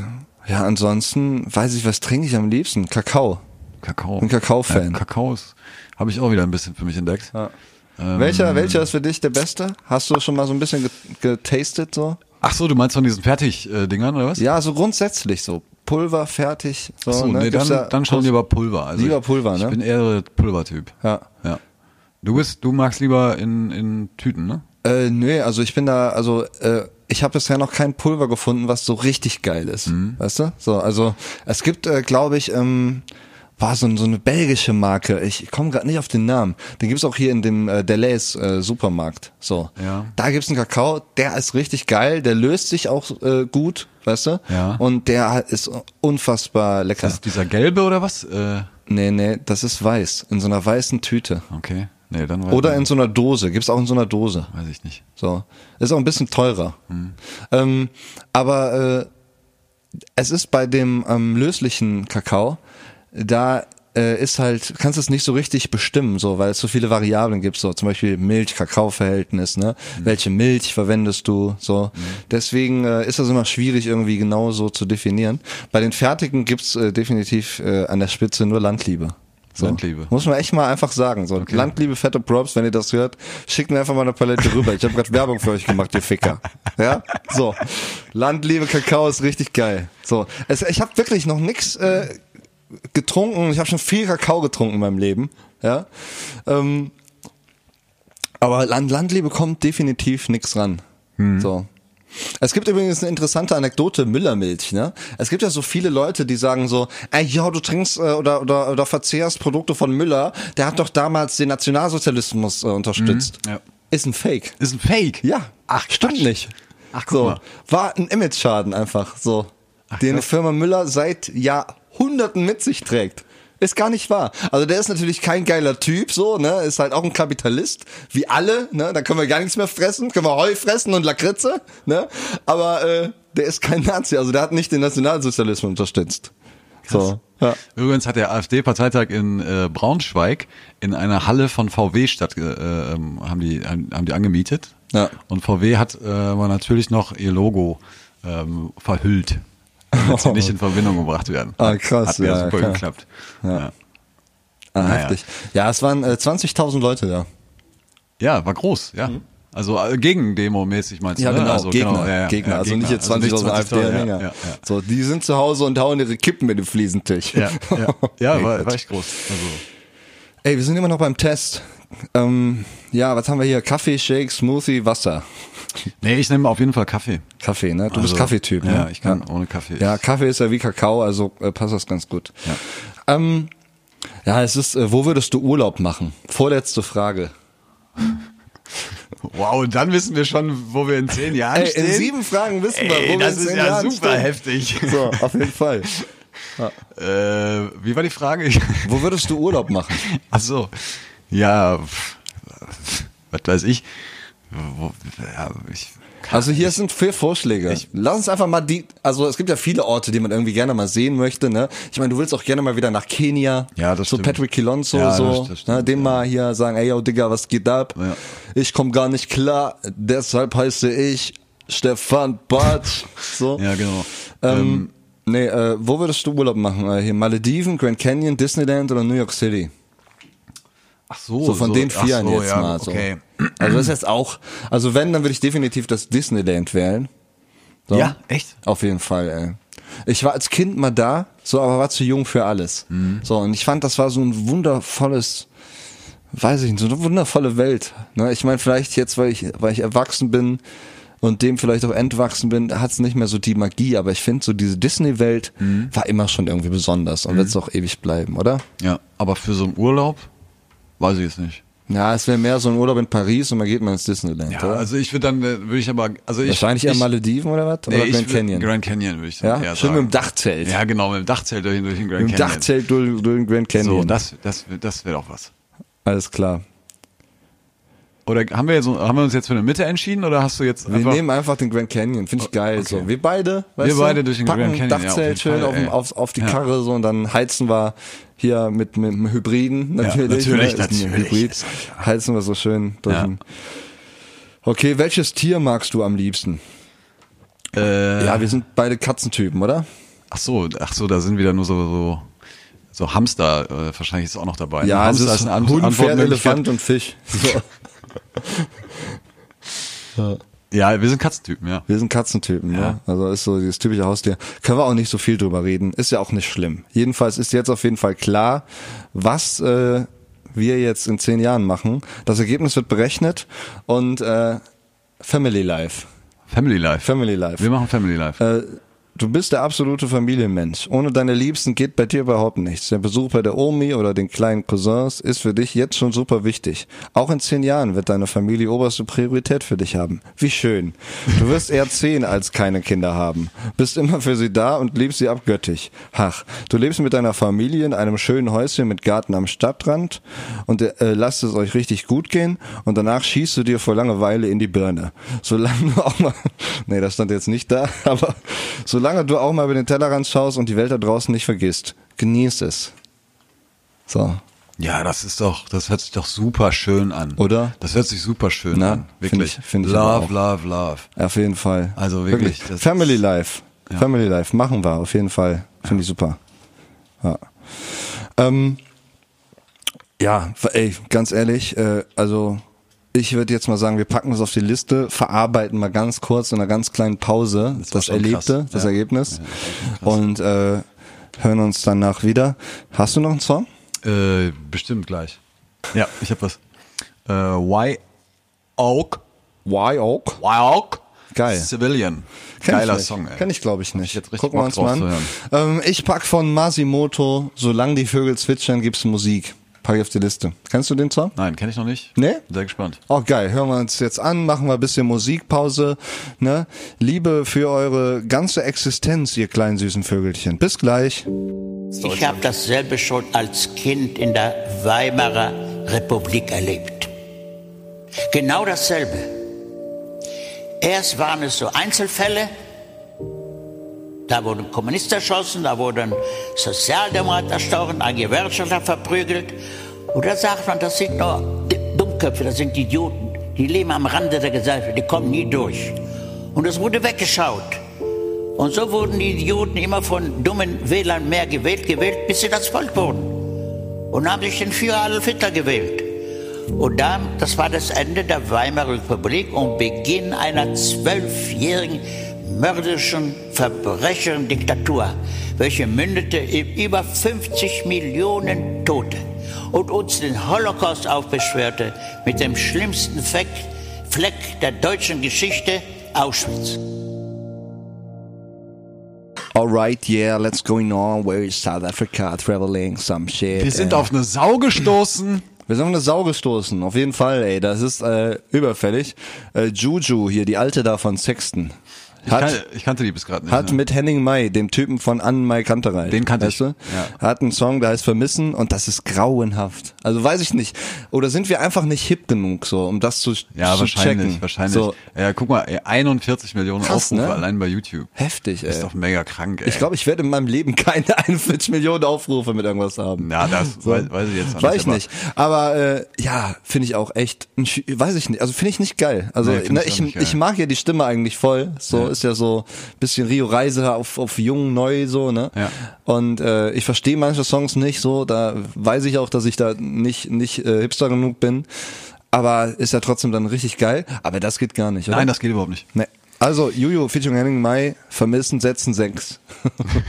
E: ja, ansonsten weiß ich, was trinke ich am liebsten? Kakao.
F: Kakao.
E: Bin Kakao-Fan.
F: Ja, Kakaos habe ich auch wieder ein bisschen für mich entdeckt. Ähm,
E: Welcher, welcher ist für dich der beste? Hast du schon mal so ein bisschen get- getastet so?
F: Ach so, du meinst von diesen Fertig-Dingern oder was?
E: Ja, so grundsätzlich so Pulver fertig. So,
F: Ach so,
E: ne?
F: nee,
E: Gibt's
F: dann,
E: da-
F: dann schon lieber Pulver. Also
E: Lieber
F: ich-
E: Pulver, ne?
F: Ich bin eher der Pulvertyp.
E: Ja.
F: ja. Du bist, du magst lieber in, in Tüten, ne?
E: Äh, nee, also ich bin da, also äh, ich habe bisher noch kein Pulver gefunden, was so richtig geil ist.
F: Mhm.
E: Weißt du? So, also es gibt, äh, glaube ich, ähm, war so, so eine belgische Marke. Ich komme gerade nicht auf den Namen. Den gibt's auch hier in dem äh, Delays äh, Supermarkt. So.
F: Ja.
E: Da gibt's einen Kakao, der ist richtig geil, der löst sich auch äh, gut, weißt du?
F: Ja.
E: Und der ist unfassbar lecker.
F: Das ist dieser gelbe oder was? Äh,
E: nee, nee, das ist weiß. In so einer weißen Tüte.
F: okay. Nee, dann weiß
E: Oder
F: ich
E: in so einer Dose. Gibt's auch in so einer Dose.
F: Weiß ich nicht.
E: So. Ist auch ein bisschen teurer. Ähm, aber äh, es ist bei dem ähm, löslichen Kakao, da äh, ist halt, kannst es nicht so richtig bestimmen, so, weil es so viele Variablen gibt, so zum Beispiel Milch-Kakao-Verhältnis, ne? Welche Milch verwendest du, so. Deswegen äh, ist das immer schwierig, irgendwie genau so zu definieren. Bei den Fertigen gibt's äh, definitiv äh, an der Spitze nur Landliebe. So.
F: Landliebe.
E: Muss man echt mal einfach sagen. So, Landliebe, fette Props, wenn ihr das hört, schickt mir einfach mal eine Palette rüber. Ich habe gerade Werbung für euch gemacht, ihr Ficker. Ja? So. Landliebe, Kakao ist richtig geil. So. Es, ich habe wirklich noch nix äh, getrunken. Ich habe schon viel Kakao getrunken in meinem Leben. Ja? Ähm, aber an Landliebe kommt definitiv nix ran. So. Es gibt übrigens eine interessante Anekdote Müllermilch, ne? Es gibt ja so viele Leute, die sagen so, ey, ja, du trinkst äh, oder, oder, oder verzehrst Produkte von Müller, der hat doch damals den Nationalsozialismus äh, unterstützt.
F: Mhm, ja.
E: Ist ein Fake.
F: Ist ein Fake.
E: Ja.
F: Ach,
E: stimmt nicht.
F: Ach, guck
E: so.
F: mal.
E: War ein Image-Schaden einfach, so. den die
F: krass.
E: Firma Müller seit Jahrhunderten mit sich trägt. Ist gar nicht wahr. Also der ist natürlich kein geiler Typ, so, ne, ist halt auch ein Kapitalist, wie alle, ne, da können wir gar nichts mehr fressen, können wir Heu fressen und Lakritze, ne, aber, äh, der ist kein Nazi, also der hat nicht den Nationalsozialismus unterstützt. So. Ja.
F: Übrigens hat der AfD-Parteitag in äh, Braunschweig in einer Halle von VW statt, äh, ähm, haben, die, haben haben die angemietet.
E: Ja.
F: Und VW hat äh, aber natürlich noch ihr Logo ähm, verhüllt, damit sie nicht in Verbindung gebracht werden.
E: Oh. Ah,
F: Hat-
E: krass,
F: Hat ja,
E: ja,
F: super
E: klar.
F: geklappt. Ja.
E: Ah,
F: Naja.
E: heftig. Ja, es waren äh, 20.000 Leute da.
F: ja, war groß, ja. Also äh, Gegendemo-mäßig meinst du?
E: Ja,
F: ne?
E: genau,
F: also,
E: Gegner,
F: ja, ja,
E: Gegner,
F: ja,
E: also nicht jetzt 20.000 AfD-Anhänger.
F: Ja, ja, ja.
E: So, die sind zu Hause und hauen ihre Kippen mit dem Fliesentisch.
F: Ja, ja, ja
E: Nee,
F: war,
E: Quatsch.
F: war echt groß. Also,
E: Ey, wir sind immer noch beim Test. Ähm, ja, was haben wir hier? Kaffee, Shake, Smoothie, Wasser.
F: nee, ich nehme auf jeden Fall Kaffee.
E: Kaffee, ne? Du bist
F: Also,
E: Kaffeetyp, ne?
F: ja, ich kann ohne Kaffee.
E: Ja, Kaffee ist ja wie Kakao, also äh, passt das ganz gut. Ja, ähm, ja es ist, äh, wo würdest du Urlaub machen? Vorletzte Frage.
F: Wow, und dann wissen wir schon, wo wir in zehn Jahren
E: Ey,
F: stehen.
E: in sieben Fragen wissen wir,
F: Ey,
E: wo
F: das
E: wir in
F: ist
E: zehn
F: ja
E: Jahren
F: super
E: stehen.
F: heftig.
E: So, auf jeden Fall.
F: Äh, wie war die Frage? Ich-
E: Wo würdest du Urlaub machen?
F: Ach so. Ja, pf, was weiß ich. Wo, ja, ich
E: Also hier sind vier Vorschläge. Lass uns einfach mal die, also es gibt ja viele Orte, die man irgendwie gerne mal sehen möchte. Ne? Ich meine, du willst auch gerne mal wieder nach Kenia.
F: Ja, das
E: So
F: stimmt.
E: Patrick Kilonzo,
F: Ja, das-
E: so,
F: das stimmt,
E: ne? dem
F: ja.
E: mal hier sagen, ey yo Digga, was geht ab?
F: Ja.
E: Ich komme gar nicht klar, deshalb heiße ich Stefan Bartsch. so.
F: Ja, genau.
E: Ähm, nee, äh, wo würdest du Urlaub machen? Äh, hier Malediven, Grand Canyon, Disneyland oder New York City?
F: Ach Oh, so,
E: So von den
F: ach
E: Vieren
F: so,
E: jetzt
F: ja,
E: mal. So.
F: Okay.
E: Also das ist jetzt auch, also wenn, dann würde ich definitiv das Disneyland wählen. So.
F: Ja, echt?
E: Auf jeden Fall, ey. Ich war als Kind mal da, so, aber war zu jung für alles.
F: Mhm.
E: So, und ich fand, das war so ein wundervolles, weiß ich nicht, so eine wundervolle Welt. Ne? Ich meine, vielleicht jetzt, weil ich, weil ich erwachsen bin und dem vielleicht auch entwachsen bin, hat es nicht mehr so die Magie, aber ich finde so diese Disney-Welt
F: Mhm.
E: war immer schon irgendwie besonders und wird es auch ewig bleiben, oder?
F: Ja, aber für so einen Urlaub weiß ich es nicht.
E: Ja, es wäre mehr so ein Urlaub in Paris und man geht mal ins Disneyland,
F: Ja,
E: oder?
F: also ich würde dann, äh, würde ich aber, also ich,
E: Wahrscheinlich eher
F: ich,
E: Malediven oder was?
F: nee,
E: oder
F: ich
E: Grand
F: würd-
E: Canyon?
F: Grand Canyon würde ich dann
E: ja,
F: eher
E: schön
F: sagen.
E: mit dem Dachzelt.
F: Ja, genau, mit dem Dachzelt durch, durch den Grand
E: mit dem
F: Canyon.
E: Dachzelt durch, durch den Grand Canyon.
F: So, das, das, das wäre doch was.
E: Alles klar.
F: Oder haben wir, jetzt, haben wir uns jetzt für eine Mitte entschieden oder hast du jetzt
E: Wir nehmen einfach den Grand Canyon, finde ich geil. So. Wir beide, weißt
F: Oh, Wir
E: du,
F: beide durch den
E: packen
F: Grand Canyon, ja, auf jeden
E: Dachzelt schön
F: Fall,
E: auf, dem-
F: ey.
E: auf, auf die
F: Ja.
E: Karre so und dann heizen wir hier mit, mit dem Hybriden natürlich.
F: natürlich,
E: ne, ist ein
F: natürlich.
E: Hybrid. Heizen wir so schön durch
F: Ja.
E: den- Okay, welches Tier magst du am liebsten?
F: äh,
E: Ja, wir sind beide Katzentypen, oder?
F: Ach so, ach so, da sind wieder nur so so, so Hamster äh, wahrscheinlich ist auch noch dabei.
E: Ja, es
F: Hamster
E: ist
F: Ant-
E: Hund, Pferd,
F: Antwortmöglichkeit.
E: Elefant und Fisch. So.
F: Ja, wir sind Katzentypen, ja.
E: Wir sind Katzentypen, ne? Also ist so dieses typische Haustier. Können wir auch nicht so viel drüber reden. Ist ja auch nicht schlimm. Jedenfalls ist jetzt auf jeden Fall klar, was äh, wir jetzt in zehn Jahren machen. Das Ergebnis wird berechnet und äh, Family Life.
F: Family Life.
E: Family Life.
F: wir machen Family Life.
E: Äh, Du bist der absolute Familienmensch. Ohne deine Liebsten geht bei dir überhaupt nichts. Der Besuch bei der Omi oder den kleinen Cousins ist für dich jetzt schon super wichtig. Auch in zehn Jahren wird deine Familie oberste Priorität für dich haben. Wie schön. Du wirst eher zehn als keine Kinder haben. Bist immer für sie da und liebst sie abgöttisch. Ach, du lebst mit deiner Familie in einem schönen Häuschen mit Garten am Stadtrand und äh, lasst es euch richtig gut gehen und danach schießt du dir vor Langeweile in die Birne. Solange du auch mal, nee, das stand jetzt nicht da, aber solange du auch mal über den Tellerrand schaust und die Welt da draußen nicht vergisst, genieß es. So.
F: ja, das ist doch, das hört sich doch super schön an.
E: Oder?
F: Das hört sich super schön
E: Na,
F: an.
E: find
F: Wirklich.
E: ich- find ich aber auch.
F: love, love, love.
E: Auf jeden Fall.
F: Also wirklich, das ist-
E: Family Life. Family Life machen wir auf jeden Fall. Finde ich super. Ja. Ähm, ja, ey, ganz ehrlich, äh, also ich würde jetzt mal sagen, wir packen es auf die Liste, verarbeiten mal ganz kurz in einer ganz kleinen Pause das,
F: war schon
E: Erlebte,
F: krass.
E: das
F: Ja.
E: Ergebnis und äh, hören uns danach wieder. Hast du noch einen Song?
F: Äh, bestimmt gleich. Ja, ich hab was. Äh, why Oak?
E: Why Oak?
F: Why Oak?
E: Geil.
F: Civilian.
E: Kenn
F: Geiler
E: ich nicht.
F: Song, ey.
E: Kenn ich, glaube ich, nicht.
F: jetzt richtig
E: Gucken wir uns
F: Bock drauf
E: mal
F: zu
E: an. Ähm, ich pack von Masimoto, Solange die Vögel zwitschern, gibt's Musik. Pack ich auf die Liste. Kennst du den Song?
F: Nein, kenne ich noch nicht.
E: Nee?
F: Sehr gespannt.
E: Oh geil, hören wir uns jetzt an, machen wir ein bisschen Musikpause. Ne? Liebe für eure ganze Existenz, ihr kleinen süßen Vögelchen. Bis gleich.
I: Ich habe dasselbe schon als Kind in der Weimarer Republik erlebt. Genau dasselbe. Erst waren es so Einzelfälle, Da wurde ein Kommunist erschossen, da wurde ein Sozialdemokrat erstochen, ein Gewerkschafter verprügelt. Und da sagt man, das sind nur Dummköpfe, das sind Idioten. Die leben am Rande der Gesellschaft, die kommen nie durch. Und es wurde weggeschaut. Und so wurden die Idioten immer von dummen Wählern mehr gewählt, gewählt, bis sie das Volk wurden. Und haben sich den Führer Adolf Hitler gewählt. Und dann, das war das Ende der Weimarer Republik und Beginn einer zwölfjährigen mörderischen Verbrecherdiktatur, welche mündete in über 50 Millionen Tote und uns den Holocaust aufbeschwerte mit dem schlimmsten Fleck, Fleck der deutschen Geschichte, Auschwitz.
E: Alright, yeah, let's going on. Where is South Africa? Traveling some shit.
F: Wir sind
E: äh.
F: auf eine Sau gestoßen.
E: Wir sind auf eine Sau gestoßen, auf jeden Fall, ey. Das ist äh, überfällig. Äh, Juju hier, die alte da von Sexton.
F: Ich,
E: Hat,
F: kann, ich kannte die bis gerade nicht.
E: hat
F: ne?
E: mit Henning May, dem Typen von Anne May Kanterei.
F: Den kannte ich,
E: Du?
F: ja.
E: Hat einen Song, der heißt Vermissen und das ist grauenhaft. Also weiß ich nicht. Oder sind wir einfach nicht hip genug, so, um das zu,
F: ja,
E: zu
F: wahrscheinlich,
E: checken?
F: wahrscheinlich.
E: So,
F: Ja, guck mal, ey, 41 Millionen
E: Krass,
F: Aufrufe
E: ne?
F: allein bei YouTube.
E: heftig, ey.
F: Ist doch mega krank, ey.
E: ich glaube, ich werde in meinem Leben keine 41 Millionen Aufrufe mit irgendwas haben.
F: Ja, das weiß, weiß ich jetzt auch
E: Weiß ich
F: aber-
E: nicht. Aber äh, ja, finde ich auch echt, ein schü- weiß ich nicht, also finde ich nicht geil. Also
F: Nee, find
E: ne,
F: ich auch
E: ich,
F: nicht
E: ich,
F: geil.
E: mag ja die Stimme eigentlich voll. So
F: Ja.
E: ist ja so ein bisschen Rio Reise auf, auf jung, neu so, ne?
F: Ja.
E: Und äh, ich verstehe manche Songs nicht so, da weiß ich auch, dass ich da nicht, nicht äh, hipster genug bin. Aber ist ja trotzdem dann richtig geil. Aber das geht gar nicht, oder?
F: Nein, das geht überhaupt nicht.
E: Nee. Also, Juju featuring Henning Mai, vermissen, setzen sechs.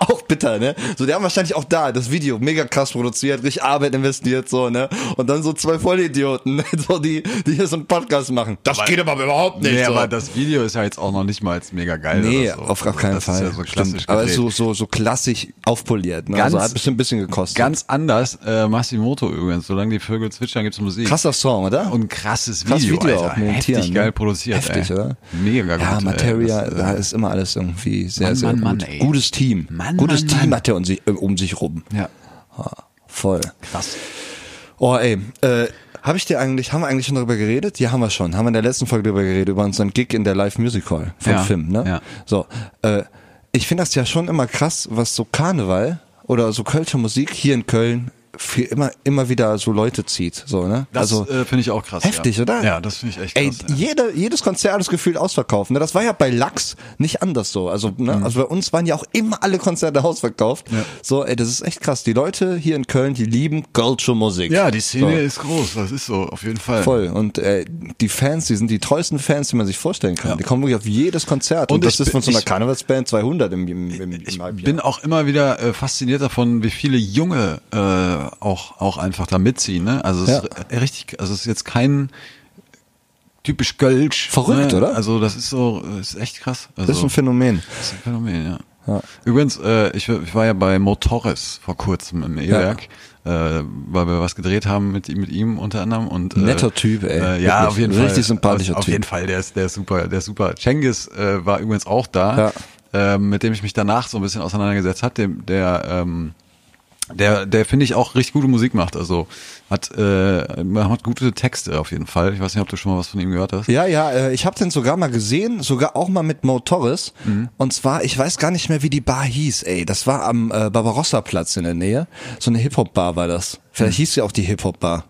E: auch bitter, ne? So, die haben wahrscheinlich auch da das Video mega krass produziert, richtig Arbeit investiert, so, ne? Und dann so zwei Vollidioten, ne? so, die, die hier so einen Podcast machen. Das geht aber überhaupt nicht,
F: Nee,
E: so.
F: aber das Video ist ja jetzt auch noch nicht mal jetzt mega geil.
E: Nee,
F: oder so.
E: auf
F: Also
E: keinen
F: das
E: Fall.
F: Ist ja so klassisch
E: Stimmt. Aber es ist
F: gedreht.
E: so, so, so klassisch aufpoliert, ne?
F: Ganz-
E: also hat bestimmt ein bisschen gekostet.
F: Ganz anders, äh, Masimoto übrigens. Solange die Vögel zwitschern, gibt's Musik.
E: krasser Song, oder?
F: Und ein krasses
E: Krass
F: Video,
E: Video
F: Alter.
E: auch montieren,
F: Heftig geil
E: ne?
F: produziert,
E: Heftig,
F: ey.
E: oder?
F: Mega
E: Ja,
F: gut,
E: Materia,
F: ey. Das, äh,
E: da ist immer alles irgendwie sehr,
F: Mann,
E: sehr
F: Mann,
E: gut.
F: Mann, ey.
E: Gutes Team.
F: Mann,
E: Gutes
F: Mann,
E: Team
F: Mann.
E: hat er um sich, äh, um sich rum.
F: Ja.
E: Voll.
F: Krass.
E: Oh, ey, äh, habe ich dir eigentlich, haben wir eigentlich schon darüber geredet? Ja, haben wir schon. Haben wir in der letzten Folge darüber geredet, über unseren Gig in der Live Music Hall von
F: Ja,
E: Film, ne?
F: ja.
E: So, äh, ich finde das ja schon immer krass, was so Karneval oder so kölsche Musik hier in Köln für immer, immer wieder so Leute zieht, so, ne?
F: Das
E: also,
F: äh, finde ich auch krass.
E: Heftig,
F: ja.
E: oder?
F: Ja, das finde ich echt
E: Ey,
F: krass. ja.
E: jede, jedes Konzert ist gefühlt ausverkauft. Ne? Das war ja bei Lachs nicht anders so. Also,
F: Mhm.
E: ne? also bei uns waren ja auch immer alle Konzerte ausverkauft. So, ey, das ist echt krass. Die Leute hier in Köln, die lieben Culture Musik.
F: Ja, die Szene
E: so.
F: ist groß, das ist so, auf jeden Fall.
E: Voll. Und äh, die Fans, die sind die treuesten Fans, die man sich vorstellen kann. Die kommen wirklich auf jedes Konzert. Und,
F: Und
E: das
F: ich
E: ist
F: bin-
E: von so einer
F: ich-
E: Karnevalsband 200 im, im, im, im Halbjahr.
F: Ich bin auch immer wieder äh, fasziniert davon, wie viele Junge äh, auch, auch einfach da mitziehen. Ne? Also es ist äh, richtig, also es ist jetzt kein typisch Gölsch.
E: Verrückt,
F: ne?
E: oder?
F: Also das ist so, äh, ist echt krass. Also,
E: das ist ein Phänomen.
F: Das ist ein Phänomen, ja. Übrigens, äh, ich, ich war ja bei Motorres vor kurzem im E-Werk, äh, weil wir was gedreht haben mit, ihm- mit ihm unter anderem. Und, äh,
E: Netter Typ, ey.
F: Äh, ja,
E: Wirklich.
F: auf jeden Fall.
E: Richtig sympathischer
F: auf, Auf
E: Typ.
F: jeden Fall, der ist, der ist super, der ist super. Cengiz äh, war übrigens auch da, äh, mit dem ich mich danach so ein bisschen auseinandergesetzt hat, dem, der ähm, der, der finde ich auch richtig gute Musik macht. Also hat, äh, hat gute Texte auf jeden Fall. Ich weiß nicht, ob du schon mal was von ihm gehört hast.
E: Ja, ja, äh, ich habe den sogar mal gesehen, sogar auch mal mit Mo Torres.
F: Mhm.
E: Und zwar, ich weiß gar nicht mehr, wie die Bar hieß, ey. Das war am äh, Barbarossa-Platz in der Nähe. So eine Hip-Hop-Bar war das.
F: Mhm.
E: Vielleicht hieß sie auch die Hip-Hop-Bar.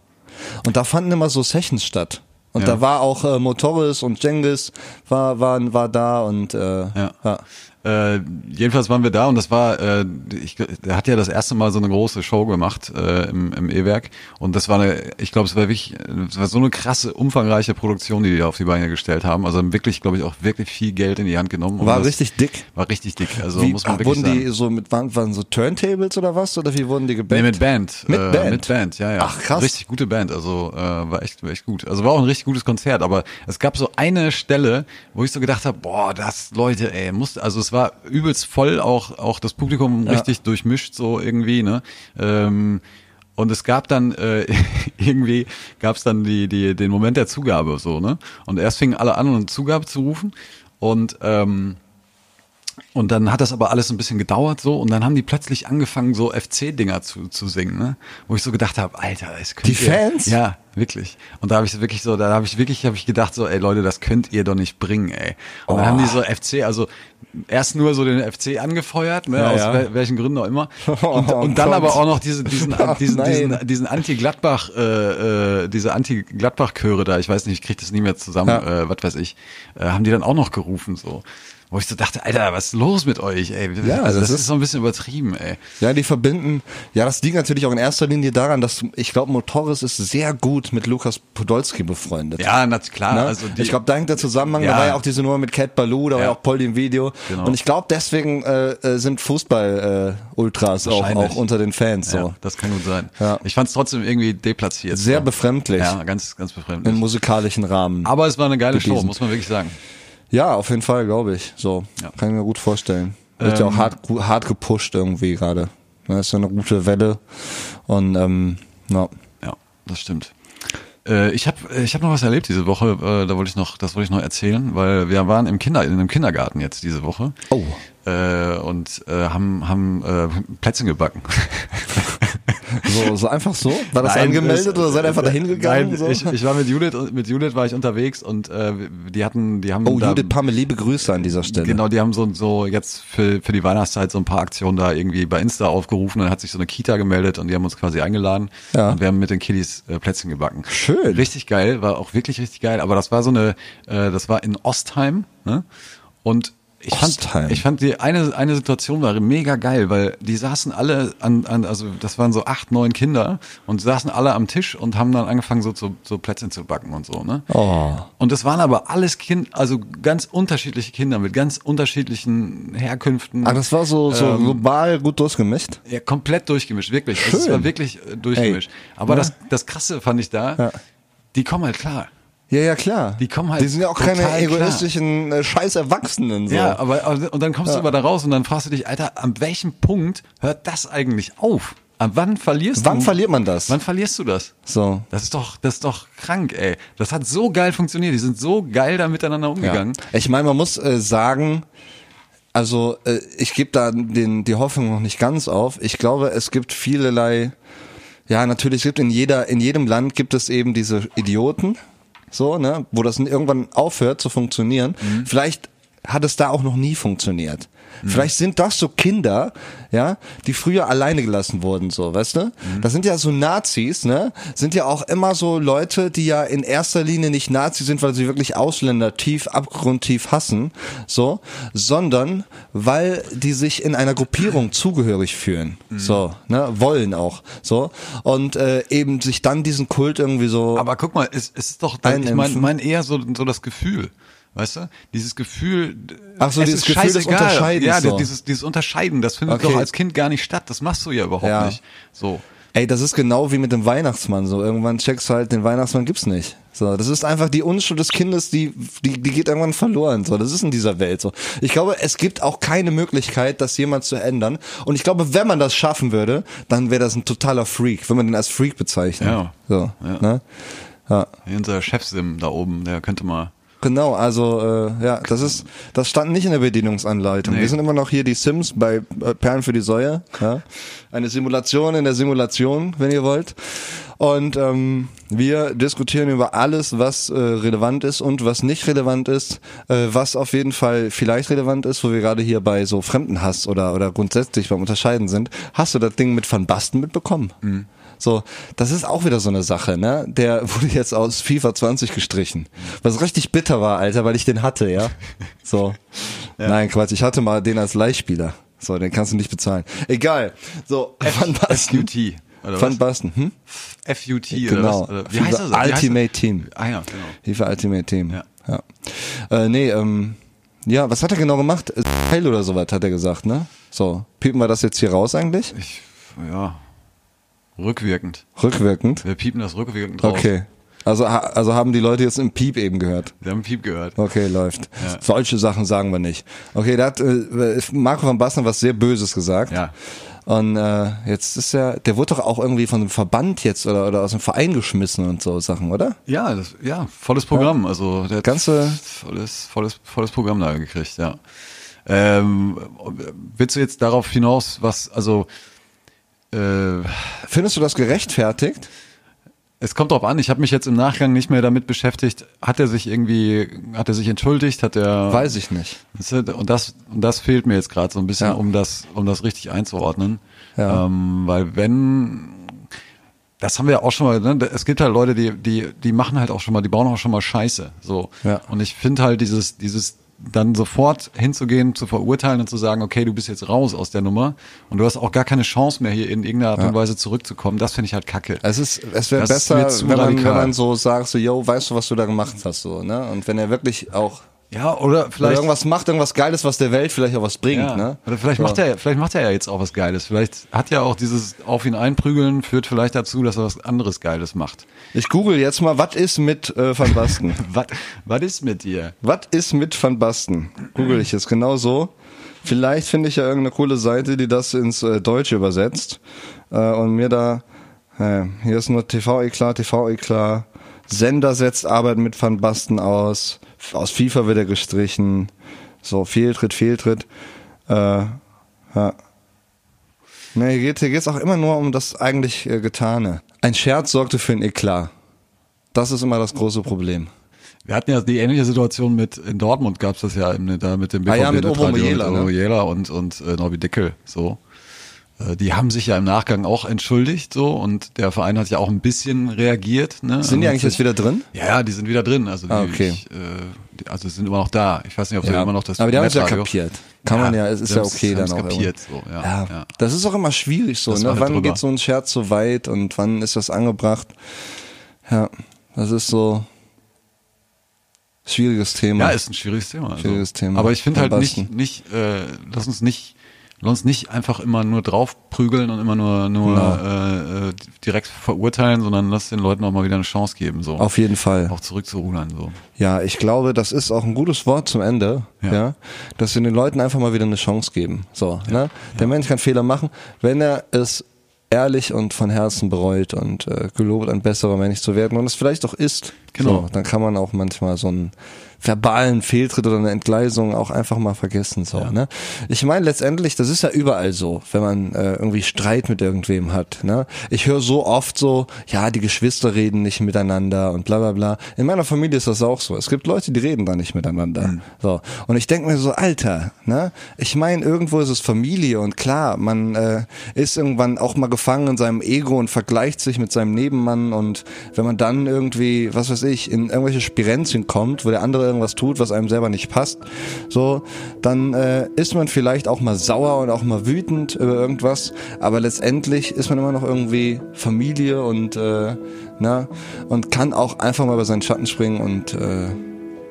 E: Und da fanden immer so Sessions statt. Und
F: Ja.
E: da war auch äh, Mo Torres und Jengis war, war, war da und äh, ja.
F: Ja. Äh, jedenfalls waren wir da und das war, äh, ich, gl- der hat ja das erste Mal so eine große Show gemacht äh, im, im E-Werk und das war eine, ich glaube, es war wirklich, äh, es war so eine krasse, umfangreiche Produktion, die die auf die Beine gestellt haben. Also haben wirklich, glaube ich, auch wirklich viel Geld in die Hand genommen. und
E: War
F: das
E: richtig dick.
F: War richtig dick. Also
E: wie, äh,
F: muss man wirklich
E: wurden
F: sagen.
E: die so mit waren, waren so Turntables oder was? Oder wie wurden die gebannt?
F: Nee, mit Band.
E: Mit
F: äh,
E: Band.
F: Mit Band, ja, ja.
E: Ach, krass.
F: Richtig gute Band, also äh, war, echt, war echt gut. Also war auch ein richtig gutes Konzert, aber es gab so eine Stelle, wo ich so gedacht habe, boah, das, Leute, ey, muss, also es war übelst voll, auch, auch das Publikum richtig durchmischt so irgendwie, ne. Ähm, und es gab dann äh, irgendwie gab es dann die, die, den Moment der Zugabe so ne und erst fingen alle an, um Zugabe zu rufen und ähm, und dann hat das aber alles ein bisschen gedauert so und dann haben die plötzlich angefangen so FC Dinger zu, zu singen, ne? Wo ich so gedacht habe, Alter, es könnte
E: Die Fans?
F: Ja, Wirklich. Und da habe ich wirklich so, da habe ich wirklich, habe ich gedacht so, ey Leute, das könnt ihr doch nicht bringen, ey. Und dann haben die
E: Oh.
F: so FC, also erst nur so den FC angefeuert, ne,
E: Ja,
F: aus
E: ja.
F: wel- welchen Gründen auch immer. Und,
E: Oh
F: und dann
E: Gott.
F: aber auch noch diese, diesen,
E: Oh,
F: diesen, diesen,
E: nein.
F: diesen Anti-Gladbach, äh, äh, diese Anti-Gladbach-Chöre da, ich weiß nicht, ich kriege das nie mehr zusammen,
E: Ja.
F: äh, was weiß ich, äh, haben die dann auch noch gerufen so. Wo ich so dachte, Alter, was ist los mit euch, ey?
E: Ja,
F: also das,
E: das
F: ist
E: ist
F: so ein bisschen übertrieben, ey.
E: Ja, die verbinden. Ja, das liegt natürlich auch in erster Linie daran, dass ich glaube, Motoris ist sehr gut mit Lukas Podolski befreundet.
F: Ja, na klar,
E: Ne?
F: also die,
E: ich glaube, da hängt der Zusammenhang.
F: Ja.
E: Da war ja auch diese Nummer mit Cat Baloo, da war
F: Ja.
E: ja auch Poldi im Video.
F: Genau.
E: Und ich glaube, deswegen äh, äh, sind Fußball-Ultras auch,
F: Wahrscheinlich.
E: auch unter den Fans so.
F: Ja, das kann gut sein.
E: Ja.
F: Ich fand es trotzdem irgendwie deplatziert.
E: Sehr befremdlich
F: Ja, ganz, ganz
E: im
F: befremdlich.
E: musikalischen Rahmen.
F: Aber es war eine geile Show,
E: Bewiesen.
F: muss man wirklich sagen.
E: ja, auf jeden Fall, glaube ich. So,
F: Ja. Ähm.
E: kann ich mir gut vorstellen. Wird ja auch hart, gu- hart gepusht irgendwie gerade. Das ist ja eine gute Welle. Und ähm, na.
F: Ja, das stimmt. Äh, Ich habe ich hab noch was erlebt diese Woche, äh, da wollte ich noch, das wollte ich noch erzählen, weil wir waren im Kinder, in einem Kindergarten jetzt diese Woche.
E: Oh.
F: Äh, und äh, haben, haben äh, Plätzchen gebacken.
E: So, so einfach so? War das
F: Nein,
E: angemeldet
F: es-
E: oder seid ihr einfach
F: äh,
E: dahin gegangen?
F: Nein,
E: so?
F: ich, ich war mit Judith, und- mit Judith war ich unterwegs und äh, die hatten, die haben
E: oh,
F: da,
E: Judith Pamme, liebe Grüße an dieser Stelle.
F: Genau, die haben so, so jetzt für, für die Weihnachtszeit so ein paar Aktionen da irgendwie bei Insta aufgerufen. Dann hat sich so eine Kita gemeldet und die haben uns quasi eingeladen.
E: Ja.
F: Und wir haben mit den Kiddies äh, Plätzchen gebacken.
E: Schön.
F: Richtig geil, war auch wirklich richtig geil. Aber das war so eine, äh, das war in Ostheim. Ne? Und ich
E: Ostheim.
F: fand, ich fand die eine, eine Situation war mega geil, weil die saßen alle an, an, also das waren so acht, neun Kinder und saßen alle am Tisch und haben dann angefangen so, so, so Plätzchen zu backen und so, ne?
E: Oh.
F: Und das waren aber alles Kind, also ganz unterschiedliche Kinder mit ganz unterschiedlichen Herkünften.
E: Ah, das war so, so
F: Ähm,
E: global gut durchgemischt.
F: ja, komplett durchgemischt, wirklich. Also Es
E: Schön.
F: war wirklich äh, durchgemischt.
E: Ey.
F: Aber
E: Ja.
F: das, das Krasse fand ich da,
E: Ja.
F: die kommen halt klar.
E: Ja, ja, klar.
F: Die kommen halt
E: Die sind ja auch
F: total
E: keine
F: klar.
E: egoistischen äh, scheiß Erwachsenen. So.
F: Ja, aber aber- und dann kommst du aber da raus und dann fragst du dich, Alter, an welchem Punkt hört das eigentlich auf? An wann verlierst du?
E: Wann verliert man das?
F: Wann verlierst du das?
E: So.
F: Das ist doch, das ist doch krank, ey. Das hat so geil funktioniert. Die sind so geil da miteinander umgegangen.
E: Ja. Ich meine, man muss äh, sagen, also äh, ich gebe da den, die Hoffnung noch nicht ganz auf. Ich glaube, es gibt vielerlei, ja natürlich gibt in jeder, in jedem Land gibt es eben diese Idioten, so, ne, wo das irgendwann aufhört zu funktionieren. Vielleicht hat es da auch noch nie funktioniert. Vielleicht sind das so Kinder, ja, die früher alleine gelassen wurden, so, weißt du? Das sind ja so Nazis, ne? Sind ja auch immer so Leute, die ja in erster Linie nicht Nazi sind, weil sie wirklich Ausländer tief, abgrundtief hassen, so, sondern weil die sich in einer Gruppierung zugehörig fühlen, so, ne? Wollen auch, so. Und äh, eben sich dann diesen Kult irgendwie so.
F: Aber guck mal, es, es ist doch, ich
E: Einimpfen.
F: meine mein eher so, so das Gefühl. Weißt du? Dieses Gefühl.
E: Ach so,
F: es
E: dieses
F: ist
E: Gefühl des
F: scheißegal.
E: Unterscheidens
F: Ja,
E: so.
F: dieses, dieses Unterscheiden, das findet
E: Okay.
F: doch als Kind gar nicht statt. Das machst du ja überhaupt
E: Ja.
F: nicht. So.
E: Ey, das ist genau wie mit dem Weihnachtsmann. So irgendwann checkst du halt, den Weihnachtsmann gibt's nicht. So, das ist einfach die Unschuld des Kindes, die, die, die geht irgendwann verloren. So, das ist in dieser Welt so. Ich glaube, es gibt auch keine Möglichkeit, das jemals zu ändern. Und ich glaube, wenn man das schaffen würde, dann wäre das ein totaler Freak, wenn man den als Freak bezeichnet.
F: Ja.
E: So,
F: Ja.
E: Ne? ja.
F: Unser Chefsim da oben, der könnte mal.
E: Genau, also äh, ja, das ist, das stand nicht in der Bedienungsanleitung.
F: Nee.
E: Wir sind immer noch hier die Sims bei äh, Perlen für die Säue. Ja? Eine Simulation in der Simulation, wenn ihr wollt. Und ähm, wir diskutieren über alles, was äh, relevant ist und was nicht relevant ist, äh, was auf jeden Fall vielleicht relevant ist, wo wir gerade hier bei so Fremdenhass oder oder grundsätzlich beim Unterscheiden sind. Hast du das Ding mit Van Basten mitbekommen?
F: Mhm.
E: So, das ist auch wieder so eine Sache, ne? Der wurde jetzt aus FIFA 20 gestrichen. Was richtig bitter war, Alter, weil ich den hatte, ja? So. Nein, Quatsch, ich hatte mal den als Leihspieler. So, den kannst du nicht bezahlen. Egal. So, Van Basten.
F: FUT. Oder
E: Van
F: was?
E: Basten, hm?
F: FUT.
E: Genau.
F: Oder was? Oder Wie
E: FIFA
F: heißt das? Wie heißt
E: Ultimate
F: das?
E: Team.
F: Ah ja, genau.
E: FIFA Ultimate Team.
F: Ja.
E: ja. Äh, nee, ähm, ja, was hat er genau gemacht? Heil oder sowas, hat er gesagt, ne? So, piepen wir das jetzt hier raus eigentlich?
F: Ich, ja. Rückwirkend.
E: Rückwirkend.
F: Wir piepen das rückwirkend raus.
E: Okay. Also, ha- also haben die Leute jetzt im Piep eben gehört.
F: Wir haben Piep gehört.
E: Okay, läuft.
F: Ja.
E: Solche Sachen sagen wir nicht. Okay, da hat äh, Marco van Basten was sehr Böses gesagt.
F: Ja.
E: Und äh, jetzt ist er, der wurde doch auch irgendwie von einem Verband jetzt oder, oder aus einem Verein geschmissen und so Sachen, oder?
F: Ja, das, ja, volles Programm. Also der hat
E: Ganze-
F: volles, volles, volles Programm da gekriegt, ja. Ähm, willst du jetzt darauf hinaus, was, also äh,
E: Findest du das gerechtfertigt?
F: Es kommt drauf an, ich habe mich jetzt im Nachgang nicht mehr damit beschäftigt, hat er sich irgendwie, hat er sich entschuldigt, hat er.
E: Weiß ich nicht.
F: Weißt du, Und das, und das fehlt mir jetzt gerade so ein bisschen,
E: Ja.
F: um das, um das richtig einzuordnen.
E: Ja.
F: Ähm, weil wenn, das haben wir ja auch schon mal, ne? es gibt halt Leute, die, die, die machen halt auch schon mal, die bauen auch schon mal Scheiße. So.
E: Ja.
F: Und ich finde halt dieses, dieses dann sofort hinzugehen, zu verurteilen und zu sagen, okay, du bist jetzt raus aus der Nummer und du hast auch gar keine Chance mehr, hier in irgendeiner Art und Weise zurückzukommen, das finde ich halt kacke.
E: Es ist, es wäre
F: Das ist mir
E: besser,
F: zu
E: wenn man, wenn
F: radikal.
E: man so sagt, so, yo, weißt du, was du da gemacht hast, so, ne? Und wenn er wirklich auch
F: ja, oder
E: oder
F: vielleicht.
E: irgendwas macht, irgendwas Geiles, was der Welt vielleicht auch was bringt,
F: Ja.
E: ne?
F: Oder vielleicht
E: so.
F: macht er, vielleicht macht er ja jetzt auch was Geiles. Vielleicht hat ja auch dieses auf ihn einprügeln führt vielleicht dazu, dass er was anderes Geiles macht.
E: Ich google jetzt mal, was ist mit äh, Van Basten?
F: Was, was ist mit dir?
E: was ist mit Van Basten? Google ich jetzt genau so. Vielleicht finde ich ja irgendeine coole Seite, die das ins äh, Deutsche übersetzt äh, und mir da äh, hier ist nur TV eklar, TV eklar. Sender setzt Arbeit mit Van Basten aus. F- Aus FIFA wird er gestrichen. So Fehltritt, Fehltritt. Äh, ja. Ne, hier geht es geht's auch immer nur um das eigentlich äh, Getane. Ein Scherz sorgte für ein Eklat. Das ist immer das große Problem.
F: Wir hatten ja die ähnliche Situation mit in Dortmund gab's das ja im, da mit dem
E: Ah ja, mit
F: BVB Netradio
E: Obermojela,
F: und
E: ne?
F: Obermojela und und äh, Norbi Dickel so. Äh, Die haben sich ja im Nachgang auch entschuldigt so und der Verein hat ja auch ein bisschen reagiert. Ne?
E: Sind die eigentlich
F: Und hat
E: jetzt
F: sich-
E: wieder drin?
F: Ja, ja, die sind wieder drin. Also die,
E: Ah, okay.
F: ich, äh, die, also sind immer noch da. Ich weiß nicht, ob sie immer noch das
E: aber die haben es ja
F: Netradio-
E: kapiert. Kann man ja, es ist
F: die
E: ja
F: haben's-
E: okay dann
F: haben's
E: auch.
F: kapiert, so,
E: irgendwie.
F: ja,
E: ja,
F: ja.
E: Das ist auch immer schwierig so,
F: Das
E: ne?
F: war halt
E: Wann
F: drüber.
E: geht so ein Scherz so weit und wann ist das angebracht? Ja, das ist so schwieriges Thema.
F: Ja, ist ein schwieriges Thema. Also.
E: Schwieriges Thema.
F: Aber ich finde halt nicht,
E: Verpassen.
F: nicht äh, lass uns nicht, lass uns nicht einfach immer nur draufprügeln und immer nur, nur
E: Genau.
F: äh, äh, direkt verurteilen, sondern lass den Leuten auch mal wieder eine Chance geben, so.
E: Auf jeden Fall.
F: Auch zurückzurudern, so.
E: Ja, ich glaube, das ist auch ein gutes Wort zum Ende, ja.
F: Ja.
E: dass wir den Leuten einfach mal wieder eine Chance geben. So, ne? Der Mensch kann Fehler machen, wenn er es ehrlich und von Herzen bereut und äh, gelobt, ein besserer Mensch zu werden und es vielleicht auch ist.
F: Genau.
E: So, dann kann man auch manchmal so einen verbalen Fehltritt oder eine Entgleisung auch einfach mal vergessen. So, ne? Ich meine letztendlich, das ist ja überall so, wenn man äh, irgendwie Streit mit irgendwem hat. Ne? Ich höre so oft so, ja, die Geschwister reden nicht miteinander und bla bla bla. In meiner Familie ist das auch so. Es gibt Leute, die reden da nicht miteinander. So. Und ich denke mir so, Alter, ne? Ich meine, irgendwo ist es Familie und klar, man äh, ist irgendwann auch mal gefangen in seinem Ego und vergleicht sich mit seinem Nebenmann und wenn man dann irgendwie, was weiß ich, in irgendwelche Spirenzchen kommt, wo der andere irgendwas tut, was einem selber nicht passt, so, dann äh, ist man vielleicht auch mal sauer und auch mal wütend über irgendwas, aber letztendlich ist man immer noch irgendwie Familie und äh, na, und kann auch einfach mal über seinen Schatten springen und äh,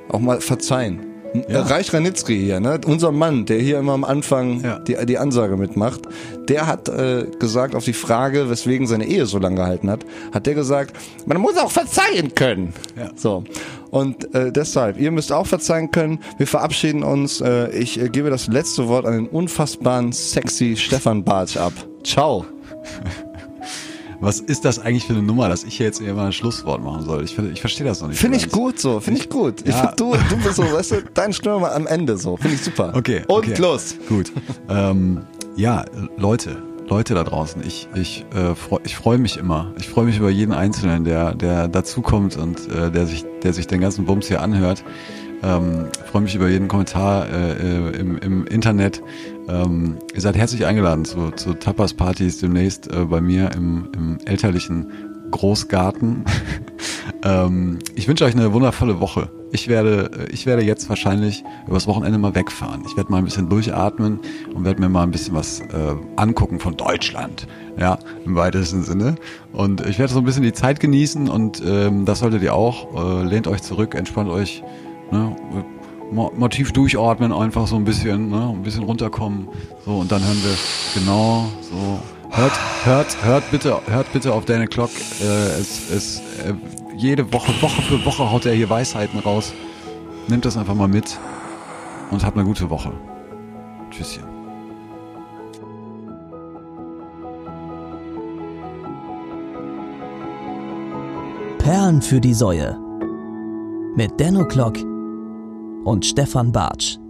E: auch mal verzeihen. Äh,
F: Ja.
E: Reich Ranitzky hier, ne? unser Mann, der hier immer am Anfang
F: Ja.
E: die, die Ansage mitmacht, der hat äh, gesagt auf die Frage, weswegen seine Ehe so lange gehalten hat, hat der gesagt, man muss auch verzeihen können.
F: Ja.
E: So. Und äh, deshalb, ihr müsst auch verzeihen können. Wir verabschieden uns. Äh, ich äh, gebe das letzte Wort an den unfassbaren, sexy Stefan Bartsch ab. Ciao.
F: Was ist das eigentlich für eine Nummer, dass ich hier jetzt immer ein Schlusswort machen soll? Ich, finde- ich verstehe das noch nicht.
E: Finde
F: so
E: ich
F: ganz.
E: gut so, finde ich gut. Ich
F: Ja.
E: find du, du bist so, weißt du, dein Stürmer am Ende so. Finde ich super.
F: Okay.
E: Und
F: okay.
E: los.
F: Gut. ähm, ja, Leute, Leute da draußen, ich, ich, äh, freu, ich freue mich immer. Ich freue mich über jeden Einzelnen, der, der dazukommt und äh, der, sich, der sich den ganzen Bums hier anhört. Ähm, ich freue mich über jeden Kommentar äh, äh, im, im Internet. Ähm, ihr seid herzlich eingeladen zu, zu Tapas-Partys demnächst äh, bei mir im, im elterlichen Großgarten. ähm, ich wünsche euch eine wundervolle Woche. Ich werde, äh, ich werde jetzt wahrscheinlich übers Wochenende mal wegfahren. Ich werde mal ein bisschen durchatmen und werde mir mal ein bisschen was äh, angucken von Deutschland. Ja, im weitesten Sinne. Und ich werde so ein bisschen die Zeit genießen und ähm, das solltet ihr auch. Äh, lehnt euch zurück, entspannt euch. Ne? Mal, mal tief durchatmen, einfach so ein bisschen, ne? ein bisschen runterkommen. So, und dann hören wir genau so Hört, hört, hört bitte, hört bitte auf deine Clock. Äh, es, es, äh, jede Woche, Woche für Woche haut er hier Weisheiten raus. Nimmt das einfach mal mit und habt eine gute Woche. Tschüsschen.
D: Perlen für die Säue. Mit Denno Klock und Stefan Bartsch.